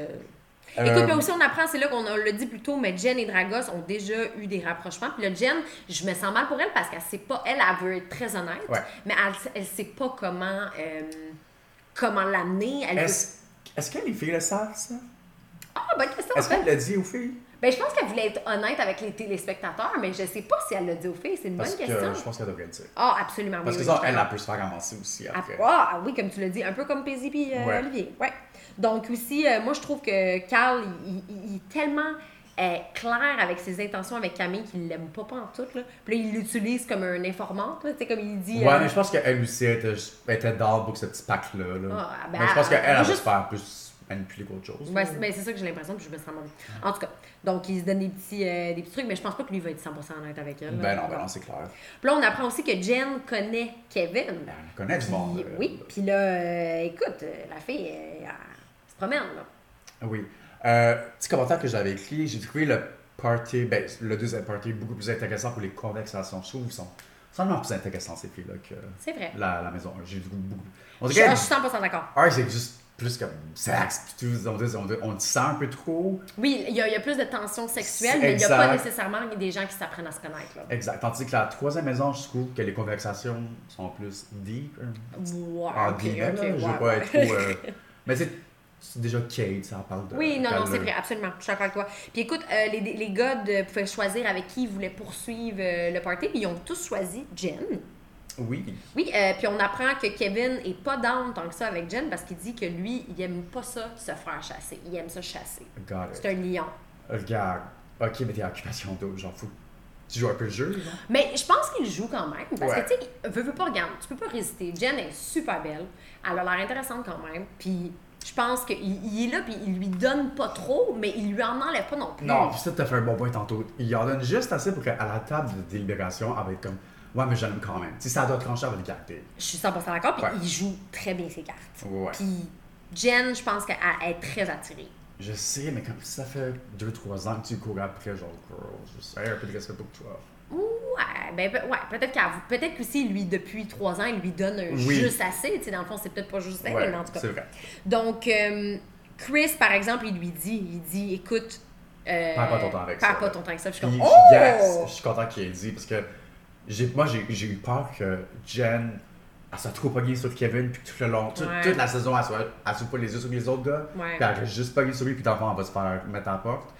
Speaker 3: Euh,
Speaker 2: Écoute, puis aussi, on apprend, c'est là qu'on a- on l'a dit plus tôt, mais Jen et Dragos ont déjà eu des rapprochements. Puis là, Jen, je me sens mal pour elle parce qu'elle sait pas, elle, elle veut être très honnête,
Speaker 3: Ouais.
Speaker 2: mais elle, elle sait pas comment, euh, comment l'amener. Elle veut-
Speaker 3: Est-ce est-ce que les filles le savent, ça?
Speaker 2: Ah, bonne question, en
Speaker 3: Est-ce
Speaker 2: fait.
Speaker 3: qu'elle l'a dit aux filles?
Speaker 2: Ben, je pense qu'elle voulait être honnête avec les téléspectateurs, mais je sais pas si elle l'a dit aux filles. C'est une
Speaker 3: Parce
Speaker 2: bonne
Speaker 3: que
Speaker 2: question.
Speaker 3: je pense qu'elle devrait le dire.
Speaker 2: Ah, absolument. oui,
Speaker 3: Parce que
Speaker 2: oui,
Speaker 3: ça,
Speaker 2: je
Speaker 3: elle,
Speaker 2: comprends.
Speaker 3: elle peut se faire ramasser aussi
Speaker 2: Ah,
Speaker 3: après.
Speaker 2: ah, ah oui, comme tu l'as dit, un peu comme Paisy puis euh,
Speaker 3: Ouais.
Speaker 2: Olivier. Ouais. Donc aussi, euh, moi je trouve que Carl, il, il- il est tellement euh, clair avec ses intentions avec Camille qu'il l'aime pas pas en tout là. Puis là, il l'utilise comme un informant, là, tu sais comme il dit
Speaker 3: Ouais,
Speaker 2: euh,
Speaker 3: mais je pense qu'elle aussi elle était, elle était down pour ce petit pack-là. là.
Speaker 2: Ah, ben,
Speaker 3: mais je pense qu'elle, elle va
Speaker 2: juste-
Speaker 3: se faire plus manipuler qu'autre chose.
Speaker 2: Ouais, c'est- ben, c'est ça que j'ai l'impression, puis je me sens mal. En tout cas, donc il se donne des petits, euh, des petits trucs, mais je pense pas que lui va être 100% honnête avec elle. là.
Speaker 3: Ben non, ben non, c'est clair.
Speaker 2: Puis là, on apprend aussi que Jen connaît Kevin.
Speaker 3: Ben, elle connaît du
Speaker 2: Puis-
Speaker 3: monde. euh,
Speaker 2: oui, puis là, euh, écoute, euh, la fille, euh, elle, se promène. Là.
Speaker 3: Oui. Euh, petit commentaire que j'avais écrit, j'ai trouvé le party, ben, le deuxième party beaucoup plus intéressant pour les conversations. Je trouve qu'ils sont vraiment plus intéressants ces filles-là que
Speaker 2: C'est vrai.
Speaker 3: la, la maison. un. J'ai trouvé beaucoup. On
Speaker 2: Je,
Speaker 3: dirait
Speaker 2: je
Speaker 3: que
Speaker 2: suis 100% d'accord.
Speaker 3: un, c'est juste plus comme sexe, puis tout, on, dit- on, dit- on le sent un peu trop.
Speaker 2: Oui, il y, a- il y a plus de tensions sexuelles,
Speaker 3: C'est
Speaker 2: mais il n'y a pas
Speaker 3: exact.
Speaker 2: nécessairement des gens qui s'apprennent à se connaître. Là.
Speaker 3: Exact. Tandis que la troisième maison, je trouve que les conversations sont plus deep. hein.
Speaker 2: Wow,
Speaker 3: en
Speaker 2: Ah, ok,
Speaker 3: guillemets,
Speaker 2: ok,
Speaker 3: là, je
Speaker 2: ouais,
Speaker 3: veux pas
Speaker 2: ouais.
Speaker 3: être trop. euh, mais c'est c'est déjà Kate, ça en parle de.
Speaker 2: Oui, non, non, c'est
Speaker 3: de-
Speaker 2: vrai, absolument. Je suis d'accord avec toi. Puis écoute, euh, les, les gars de- pouvaient choisir avec qui ils voulaient poursuivre euh, le party, puis ils ont tous choisi Jen.
Speaker 3: Oui.
Speaker 2: Oui, euh, puis on apprend que Kevin est pas down tant que ça avec Jen parce qu'il dit que lui, il aime pas ça, se faire chasser. Il aime ça chasser.
Speaker 3: Got it.
Speaker 2: C'est un lion.
Speaker 3: Regarde. Ok, mais t'es occupation double, j'en fous. Tu joues un peu le jeu, genre?
Speaker 2: Mais je pense qu'il joue quand même. Parce
Speaker 3: Ouais.
Speaker 2: que, tu sais, il veut, veut pas, regarde, tu peux pas résister. Jen est super belle. Elle a l'air intéressante quand même. Puis je pense qu'il il est là, puis il lui donne pas trop, mais il lui en enlève pas non plus.
Speaker 3: Non, puis ça, t'as fait un bon point tantôt. Il en donne juste assez pour qu'à la table de délibération, elle va être comme. Ouais, mais je l'aime quand même. Si ça doit trancher, elle va l'écarter.
Speaker 2: Je suis 100% d'accord, puis
Speaker 3: Ouais.
Speaker 2: il joue très bien ses cartes.
Speaker 3: Ouais.
Speaker 2: Puis Jen, je pense qu'elle elle est très attirée.
Speaker 3: Je sais, mais comme ça fait 2-3 ans que tu cours après, genre, girl, je sais, un peu de respect pour toi.
Speaker 2: Ouais, ben, pe- ouais, peut-être qu'elle- peut-être qu'aussi, lui, depuis trois ans, il lui donne un
Speaker 3: Oui.
Speaker 2: juste assez. Tu sais, dans le fond, c'est peut-être pas juste elle, Ben, mais en tout cas.
Speaker 3: c'est vrai.
Speaker 2: Donc, euh, Chris, par exemple, il lui dit, il dit, écoute, euh,
Speaker 3: Perds pas ton temps avec
Speaker 2: perds
Speaker 3: ça,
Speaker 2: pas
Speaker 3: là.
Speaker 2: ton temps avec ça. Puis je
Speaker 3: Puis,
Speaker 2: suis comme, oh!
Speaker 3: yes, je suis content qu'il ait dit parce que j'ai, moi j'ai, j'ai eu peur que Jen elle soit trop pognée sur Kevin puis que tout le long, tout-
Speaker 2: Ouais.
Speaker 3: toute la saison elle soit, elle soit pas les yeux sur les autres gars,
Speaker 2: Ouais.
Speaker 3: puis elle reste juste pognée sur lui puis d'enfin on va se faire mettre à la porte.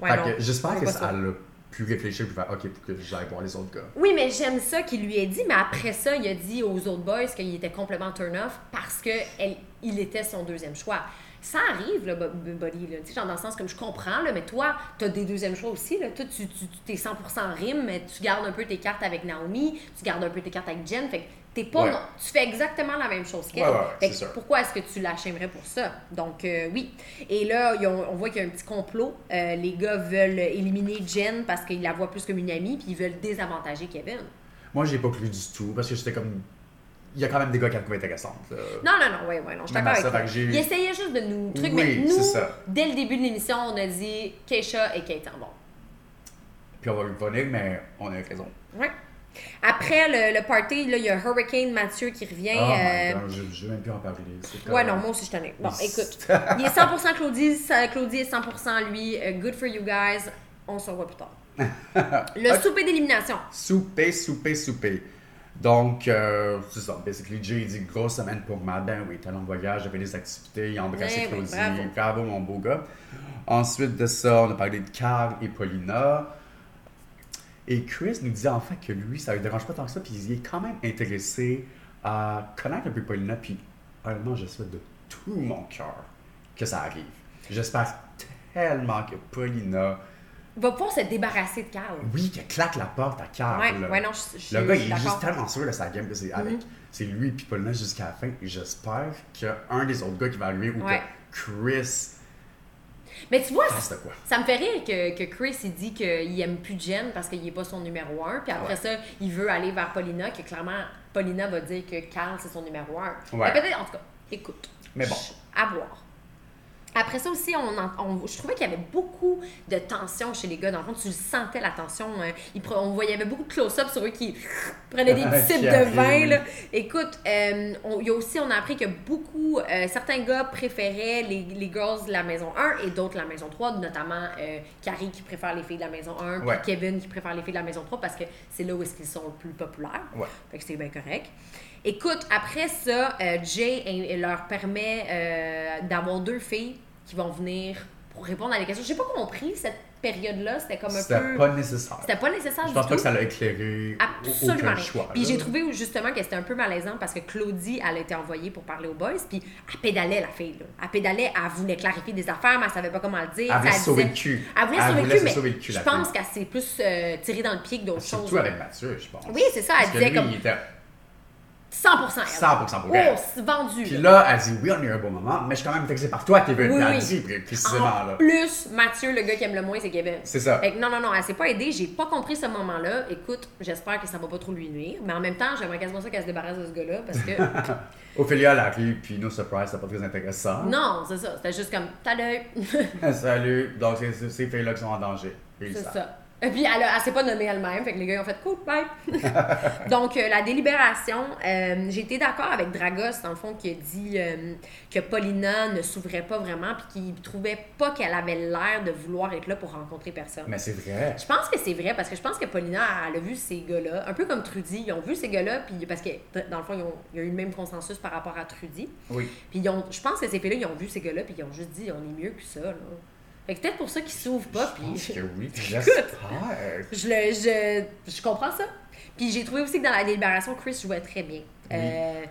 Speaker 2: Ouais,
Speaker 3: Fait
Speaker 2: non,
Speaker 3: que j'espère
Speaker 2: on
Speaker 3: que
Speaker 2: va
Speaker 3: ça
Speaker 2: pas
Speaker 3: elle a pu réfléchir puis faire ok pour que j'aille voir les autres gars.
Speaker 2: Oui, mais j'aime ça qu'il lui ait dit, mais après ça, il a dit aux autres boys qu'il était complètement turn-off parce qu'il était son deuxième choix. Ça arrive, là, bo- bo- Buddy, là. Tu sais, genre dans le sens comme je comprends, là, mais toi, t'as des deuxièmes choix aussi, là. Toi, tu, tu, tu- t'es 100% rime, mais tu gardes un peu tes cartes avec Naomi, tu gardes un peu tes cartes avec Jen, fait que t'es pas...
Speaker 3: Ouais.
Speaker 2: non- tu fais exactement la même chose qu'elle.
Speaker 3: Ouais, ouais, ouais,
Speaker 2: Fait
Speaker 3: c'est
Speaker 2: que
Speaker 3: sûr.
Speaker 2: pourquoi est-ce que tu la shamerais pour ça? Donc, euh, oui. Et là, ils ont- on voit qu'il y a un petit complot. Euh, les gars veulent éliminer Jen parce qu'ils la voient plus comme une amie, puis ils veulent désavantager Kevin.
Speaker 3: Moi j'ai pas cru du tout parce que j'étais comme il y a quand même des gars qui ont trouvé intéressantes. là.
Speaker 2: Non, non, non, ouais, ouais, non, je suis
Speaker 3: Même
Speaker 2: d'accord
Speaker 3: à ça,
Speaker 2: avec toi.
Speaker 3: fait que j'ai-
Speaker 2: Ils essayaient juste de nous truc,
Speaker 3: Oui,
Speaker 2: mais nous,
Speaker 3: c'est ça.
Speaker 2: dès le début de l'émission, on a dit Keisha et Kate en bon.
Speaker 3: Puis on va lui venir mais on a eu raison.
Speaker 2: Ouais. Après le, le party, là, il y a Hurricane Mathieu qui revient.
Speaker 3: oh
Speaker 2: euh,
Speaker 3: my god, je, je vais même plus en parler. c'est
Speaker 2: Ouais,
Speaker 3: comme-
Speaker 2: non, moi aussi je t'en ai. Bon,
Speaker 3: Euh, Il-
Speaker 2: écoute. Il est 100% Claudie, ça- Claudie est 100% lui. Euh, good for you guys. On se revoit plus tard. Le
Speaker 3: Ok.
Speaker 2: souper d'élimination.
Speaker 3: Souper, souper, souper. Donc, euh, c'est ça. Basically, Jay dit grosse semaine pour moi. Ben oui, talent de voyage, j'avais des activités, il a embrassé
Speaker 2: Eh oui,
Speaker 3: Claudie.
Speaker 2: bravo.
Speaker 3: bravo, mon beau gars. Ensuite de ça, on a parlé de Carl et Paulina. Et Chris nous dit enfin que lui, ça ne dérange pas tant que ça, puis il est quand même intéressé à connaître un peu Paulina. Puis, honnêtement, je souhaite de tout mon cœur que ça arrive. J'espère tellement que Paulina,
Speaker 2: Il va pouvoir se débarrasser de Carl.
Speaker 3: oui, qu'elle claque la porte à Carl.
Speaker 2: Ouais,
Speaker 3: là.
Speaker 2: ouais, non, je, je-
Speaker 3: Le gars,
Speaker 2: je suis
Speaker 3: il est juste
Speaker 2: d'accord. Mhm.
Speaker 3: tellement sûr de sa game que c'est avec. C'est lui puis Paulina jusqu'à la fin. Et J'espère qu'un des autres gars qui va arriver ou
Speaker 2: Ouais.
Speaker 3: que Chris
Speaker 2: Mais tu vois,
Speaker 3: fasse de quoi.
Speaker 2: Ça me fait rire que, que Chris, il dit qu'il aime plus Jen parce qu'il n'est pas son numéro un. Puis après
Speaker 3: Ouais.
Speaker 2: ça, il veut aller vers Paulina, que clairement, Paulina va dire que Carl, c'est son numéro un.
Speaker 3: Ouais.
Speaker 2: Mais Peut-être, en tout cas, écoute.
Speaker 3: Mais bon.
Speaker 2: Ch- À voir. Après ça aussi, on en- on- je trouvais qu'il y avait beaucoup de tension chez les gars. Dans le fond, tu le sentais la tension. hein. Ils pre- on voyait il y avait beaucoup de close-up sur eux qui prenaient des petits
Speaker 3: Qui
Speaker 2: sips de
Speaker 3: arrivent.
Speaker 2: vin. là. Écoute, euh, on- il y a aussi, on a appris que beaucoup, euh, certains gars préféraient les, les girls de la maison 1 et d'autres de la maison 3, notamment euh, Carrie qui préfère les filles de la maison 1, puis
Speaker 3: Ouais.
Speaker 2: Kevin qui préfère les filles de la maison 3 parce que c'est là où est-ce qu'ils sont le plus populaires.
Speaker 3: Ouais.
Speaker 2: Fait que c'est bien correct. Écoute, après ça, euh, Jay euh, leur permet euh, d'avoir deux filles qui vont venir pour répondre à des questions. J'ai pas compris cette période-là, c'était comme un
Speaker 3: C'était
Speaker 2: peu.
Speaker 3: pas nécessaire.
Speaker 2: C'était pas nécessaire
Speaker 3: Je
Speaker 2: du
Speaker 3: pense pas
Speaker 2: tout.
Speaker 3: que ça l'a éclairé
Speaker 2: Absolument.
Speaker 3: aucun
Speaker 2: rien.
Speaker 3: choix.
Speaker 2: Puis
Speaker 3: là.
Speaker 2: j'ai trouvé justement que c'était un peu malaisant parce que Claudie, elle a été envoyée pour parler aux boys, puis elle pédalait la fille. Là. Elle pédalait, elle voulait clarifier des affaires, mais elle savait pas comment le dire.
Speaker 3: Elle voulait
Speaker 2: ça
Speaker 3: sauver
Speaker 2: disait-
Speaker 3: le cul.
Speaker 2: Elle voulait
Speaker 3: Elle
Speaker 2: sauver le
Speaker 3: voulait
Speaker 2: cul,
Speaker 3: se
Speaker 2: mais
Speaker 3: sauver le cul,
Speaker 2: je
Speaker 3: la
Speaker 2: pense
Speaker 3: fille.
Speaker 2: qu'elle s'est plus euh, tirée dans le pied que d'autres choses.
Speaker 3: Surtout avec Mathieu, je pense.
Speaker 2: Oui, c'est ça, elle
Speaker 3: Parce que
Speaker 2: disait
Speaker 3: lui,
Speaker 2: comme-
Speaker 3: il était
Speaker 2: 100%. elle.
Speaker 3: 100% pour
Speaker 2: Oh,
Speaker 3: elle.
Speaker 2: c'est vendu.
Speaker 3: Puis
Speaker 2: là.
Speaker 3: là, elle dit oui, on a eu un bon moment, mais je suis quand même vexée par toi, Kevin.
Speaker 2: Oui,
Speaker 3: elle
Speaker 2: oui. Ah,
Speaker 3: dit pré- précisément
Speaker 2: En
Speaker 3: là.
Speaker 2: plus, Mathieu, le gars qui aime le moins, c'est Kevin.
Speaker 3: C'est ça.
Speaker 2: Fait que non, non, non, elle s'est pas aidée. J'ai pas compris ce moment-là. Écoute, j'espère que ça va pas trop lui nuire. Mais en même temps, j'aimerais quasiment ça qu'elle se débarrasse de ce gars-là parce que.
Speaker 3: Ophélia, elle arrive, puis no surprise, c'est pas très intéressant.
Speaker 2: non, c'est ça. C'était juste comme, t'as l'œil.
Speaker 3: Ah, Salut, donc c'est c'est ces filles-là qui sont en danger. Et ils
Speaker 2: c'est
Speaker 3: savent.
Speaker 2: ça. Et puis, elle, a- elle s'est pas nommée elle-même. Fait que les gars, ils ont fait cool, bye. Donc, euh, la délibération, euh, j'ai été d'accord avec Dragos, dans le fond, qui a dit euh, que Paulina ne s'ouvrait pas vraiment puis qu'il trouvait pas qu'elle avait l'air de vouloir être là pour rencontrer personne.
Speaker 3: Mais c'est vrai.
Speaker 2: Je pense que c'est vrai parce que je pense que Paulina, elle a vu ces gars-là, un peu comme Trudy, ils ont vu ces gars-là, puis parce que dans le fond, ils ont, il y a eu le même consensus par rapport à Trudy.
Speaker 3: Oui.
Speaker 2: Puis ils ont, je pense que ces filles-là, ils ont vu ces gars-là, puis ils ont juste dit, on est mieux que ça. Là. Fait que peut-être pour ça qu'ils s'ouvrent pas,
Speaker 3: Je pense
Speaker 2: puis
Speaker 3: que oui, j'espère.
Speaker 2: je, le- je, je comprends ça. Puis j'ai trouvé aussi que dans la délibération, Chris jouait très bien. Euh,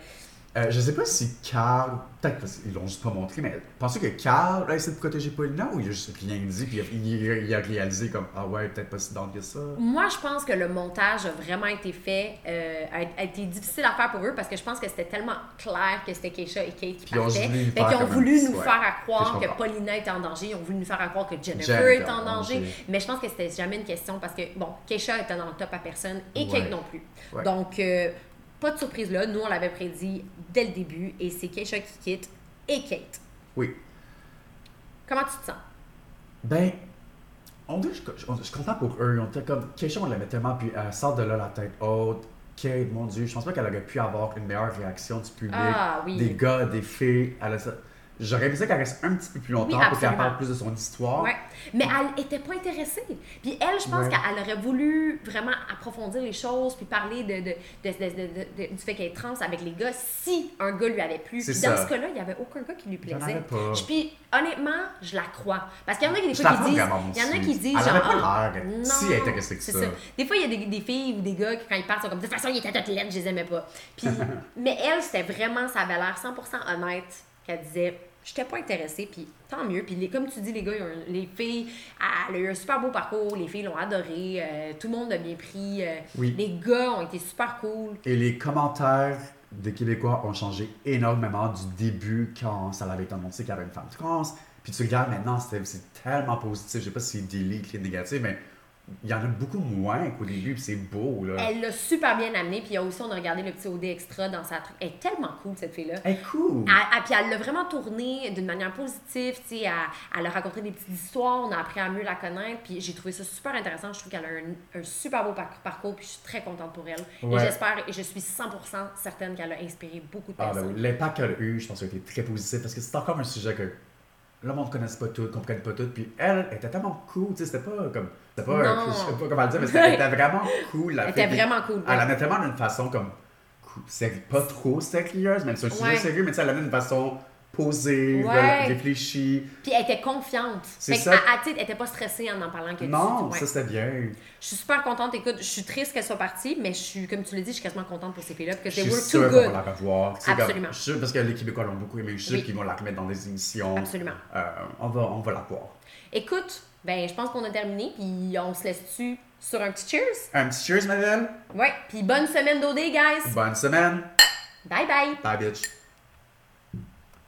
Speaker 3: Euh, je sais pas si Carl, peut-être parce qu'ils l'ont juste pas montré, mais pensez que Carl a essayé de protéger Paulina ou il a juste rien dit puis il, il- il a réalisé comme ah ouais peut-être pas si dingue que ça.
Speaker 2: Moi, je pense que le montage a vraiment été fait, euh, a, a été difficile à faire pour eux parce que je pense que c'était tellement clair que c'était Keisha et Kate
Speaker 3: Puis
Speaker 2: qui
Speaker 3: ils ont
Speaker 2: partaient.
Speaker 3: voulu nous
Speaker 2: Fait
Speaker 3: faire
Speaker 2: qu'ils ont
Speaker 3: comme un
Speaker 2: voulu
Speaker 3: petit-
Speaker 2: nous
Speaker 3: ouais,
Speaker 2: faire à croire
Speaker 3: je
Speaker 2: que
Speaker 3: comprends.
Speaker 2: Paulina était en danger. Ils ont voulu nous faire à croire que Jennifer
Speaker 3: Jennifer
Speaker 2: était en danger. Mais je pense que c'était jamais une question parce que, bon, Keisha était dans le top à personne et
Speaker 3: Ouais.
Speaker 2: Kate non plus.
Speaker 3: Ouais.
Speaker 2: Donc, euh, pas de surprise là. Nous, on l'avait prédit dès le début et c'est Keisha qui quitte et Kate.
Speaker 3: Oui.
Speaker 2: Comment tu te sens?
Speaker 3: Ben, on dirait que je, je- je suis content pour eux. On était comme Keisha, on l'aimait tellement puis elle sort de là la tête haute. Kate, mon dieu, je pense pas qu'elle aurait pu avoir une meilleure réaction du public,
Speaker 2: Ah, oui.
Speaker 3: des gars, des filles. Elle a ça- J'aurais aimé ça qu'elle reste un petit peu plus longtemps pour qu'elle
Speaker 2: absolument.
Speaker 3: parle plus de son histoire.
Speaker 2: Ouais. Mais elle était pas intéressée. Puis elle, je pense
Speaker 3: Ah. Ouais.
Speaker 2: qu'elle aurait voulu vraiment approfondir les choses, puis parler de, de, de- de- de- de- du fait qu'elle est trans avec les gars si un gars lui avait plu.
Speaker 3: C'est
Speaker 2: Puis dans
Speaker 3: ça.
Speaker 2: ce cas-là, il n'y avait aucun gars qui lui
Speaker 3: Il y en
Speaker 2: plaisait.
Speaker 3: avait pas.
Speaker 2: Je- Puis honnêtement, je la crois. Parce qu'il y en a qui des
Speaker 3: Je
Speaker 2: fois
Speaker 3: la
Speaker 2: qui
Speaker 3: crois
Speaker 2: disent.
Speaker 3: vraiment, moi
Speaker 2: Il y en a
Speaker 3: aussi.
Speaker 2: qui disent
Speaker 3: Elle
Speaker 2: genre.
Speaker 3: avait pas
Speaker 2: ah,
Speaker 3: l'air
Speaker 2: non,
Speaker 3: si intéressée que
Speaker 2: c'est
Speaker 3: ça.
Speaker 2: Des fois, il y a des, des filles ou des gars qui, quand ils partent, sont comme de toute façon, il était toute laide, je les aimais pas. Puis, mais elle, c'était vraiment, ça avait l'air 100% honnête qu'elle disait. J'étais pas intéressée, puis tant mieux. Puis les- comme tu dis, les gars, ils ont un- les filles, ah, elle a eu un super beau parcours, les filles l'ont adoré, euh, tout le monde l'a bien pris. euh,
Speaker 3: Oui.
Speaker 2: Les gars ont été super cool.
Speaker 3: Et les commentaires des Québécois ont changé énormément du début quand ça avait été annoncé qu'il y avait une femme trans. Puis tu regardes maintenant, c'est c'est tellement positif. Je sais pas si delete les négatifs, mais il y en a beaucoup moins qu'au début, puis c'est beau, là.
Speaker 2: Elle l'a super bien amené, puis aussi, on a regardé le petit OD extra dans sa truc. Elle est tellement cool, cette fille-là.
Speaker 3: Elle est cool!
Speaker 2: Ah, ah, puis elle l'a vraiment tourné d'une manière positive, tu sais, elle, elle a raconté des petites histoires, on a appris à mieux la connaître, puis j'ai trouvé ça super intéressant, je trouve qu'elle a un, un super beau par- parcours, puis je suis très contente pour elle.
Speaker 3: Ouais.
Speaker 2: Et j'espère, et je suis 100% certaine qu'elle a inspiré beaucoup de
Speaker 3: Ah,
Speaker 2: personnes.
Speaker 3: ben oui. L'impact qu'elle a eu, je pense qu'il a été très positif parce que c'est encore un sujet que le monde ne connaisse pas tout, ne comprenne pas tout. Puis elle était tellement cool, tu sais, c'était pas comme. C'était pas.
Speaker 2: Non.
Speaker 3: Je sais pas comment le dire, mais c'était- elle était vraiment cool. La
Speaker 2: Elle
Speaker 3: fille.
Speaker 2: était vraiment cool,
Speaker 3: Elle
Speaker 2: ouais.
Speaker 3: en a tellement d'une façon comme. cou- série- Pas trop sérieuse, même si c'est un sujet
Speaker 2: Ouais.
Speaker 3: sérieux, mais tu sais, elle en a d'une façon posée,
Speaker 2: Ouais.
Speaker 3: rela- réfléchie.
Speaker 2: Puis elle était confiante.
Speaker 3: C'est
Speaker 2: Fait que,
Speaker 3: ça.
Speaker 2: à- à- tu sais, elle était pas stressée en en parlant que
Speaker 3: Non,
Speaker 2: tu- ouais.
Speaker 3: ça c'était bien.
Speaker 2: Je suis super contente, écoute, je suis triste qu'elle soit partie, mais je suis, comme tu l'as dit, je suis quasiment contente pour ces filles-là, parce que
Speaker 3: Je
Speaker 2: c'est
Speaker 3: suis
Speaker 2: work
Speaker 3: sûre
Speaker 2: too
Speaker 3: qu'on va
Speaker 2: good.
Speaker 3: la revoir. Tu sais, comme-
Speaker 2: Absolument.
Speaker 3: je suis sûre parce que les Québécois l'ont beaucoup aimé. Je suis
Speaker 2: Oui.
Speaker 3: sûr qu'ils vont la remettre dans des émissions.
Speaker 2: Absolument.
Speaker 3: Euh, on, va, on va la voir.
Speaker 2: Écoute, ben je pense qu'on a terminé, puis on se laisse dessus sur un petit cheers.
Speaker 3: Un petit cheers, madame.
Speaker 2: Ouais, puis bonne semaine d'OD, guys.
Speaker 3: Bonne semaine.
Speaker 2: Bye bye.
Speaker 3: Bye, bitch.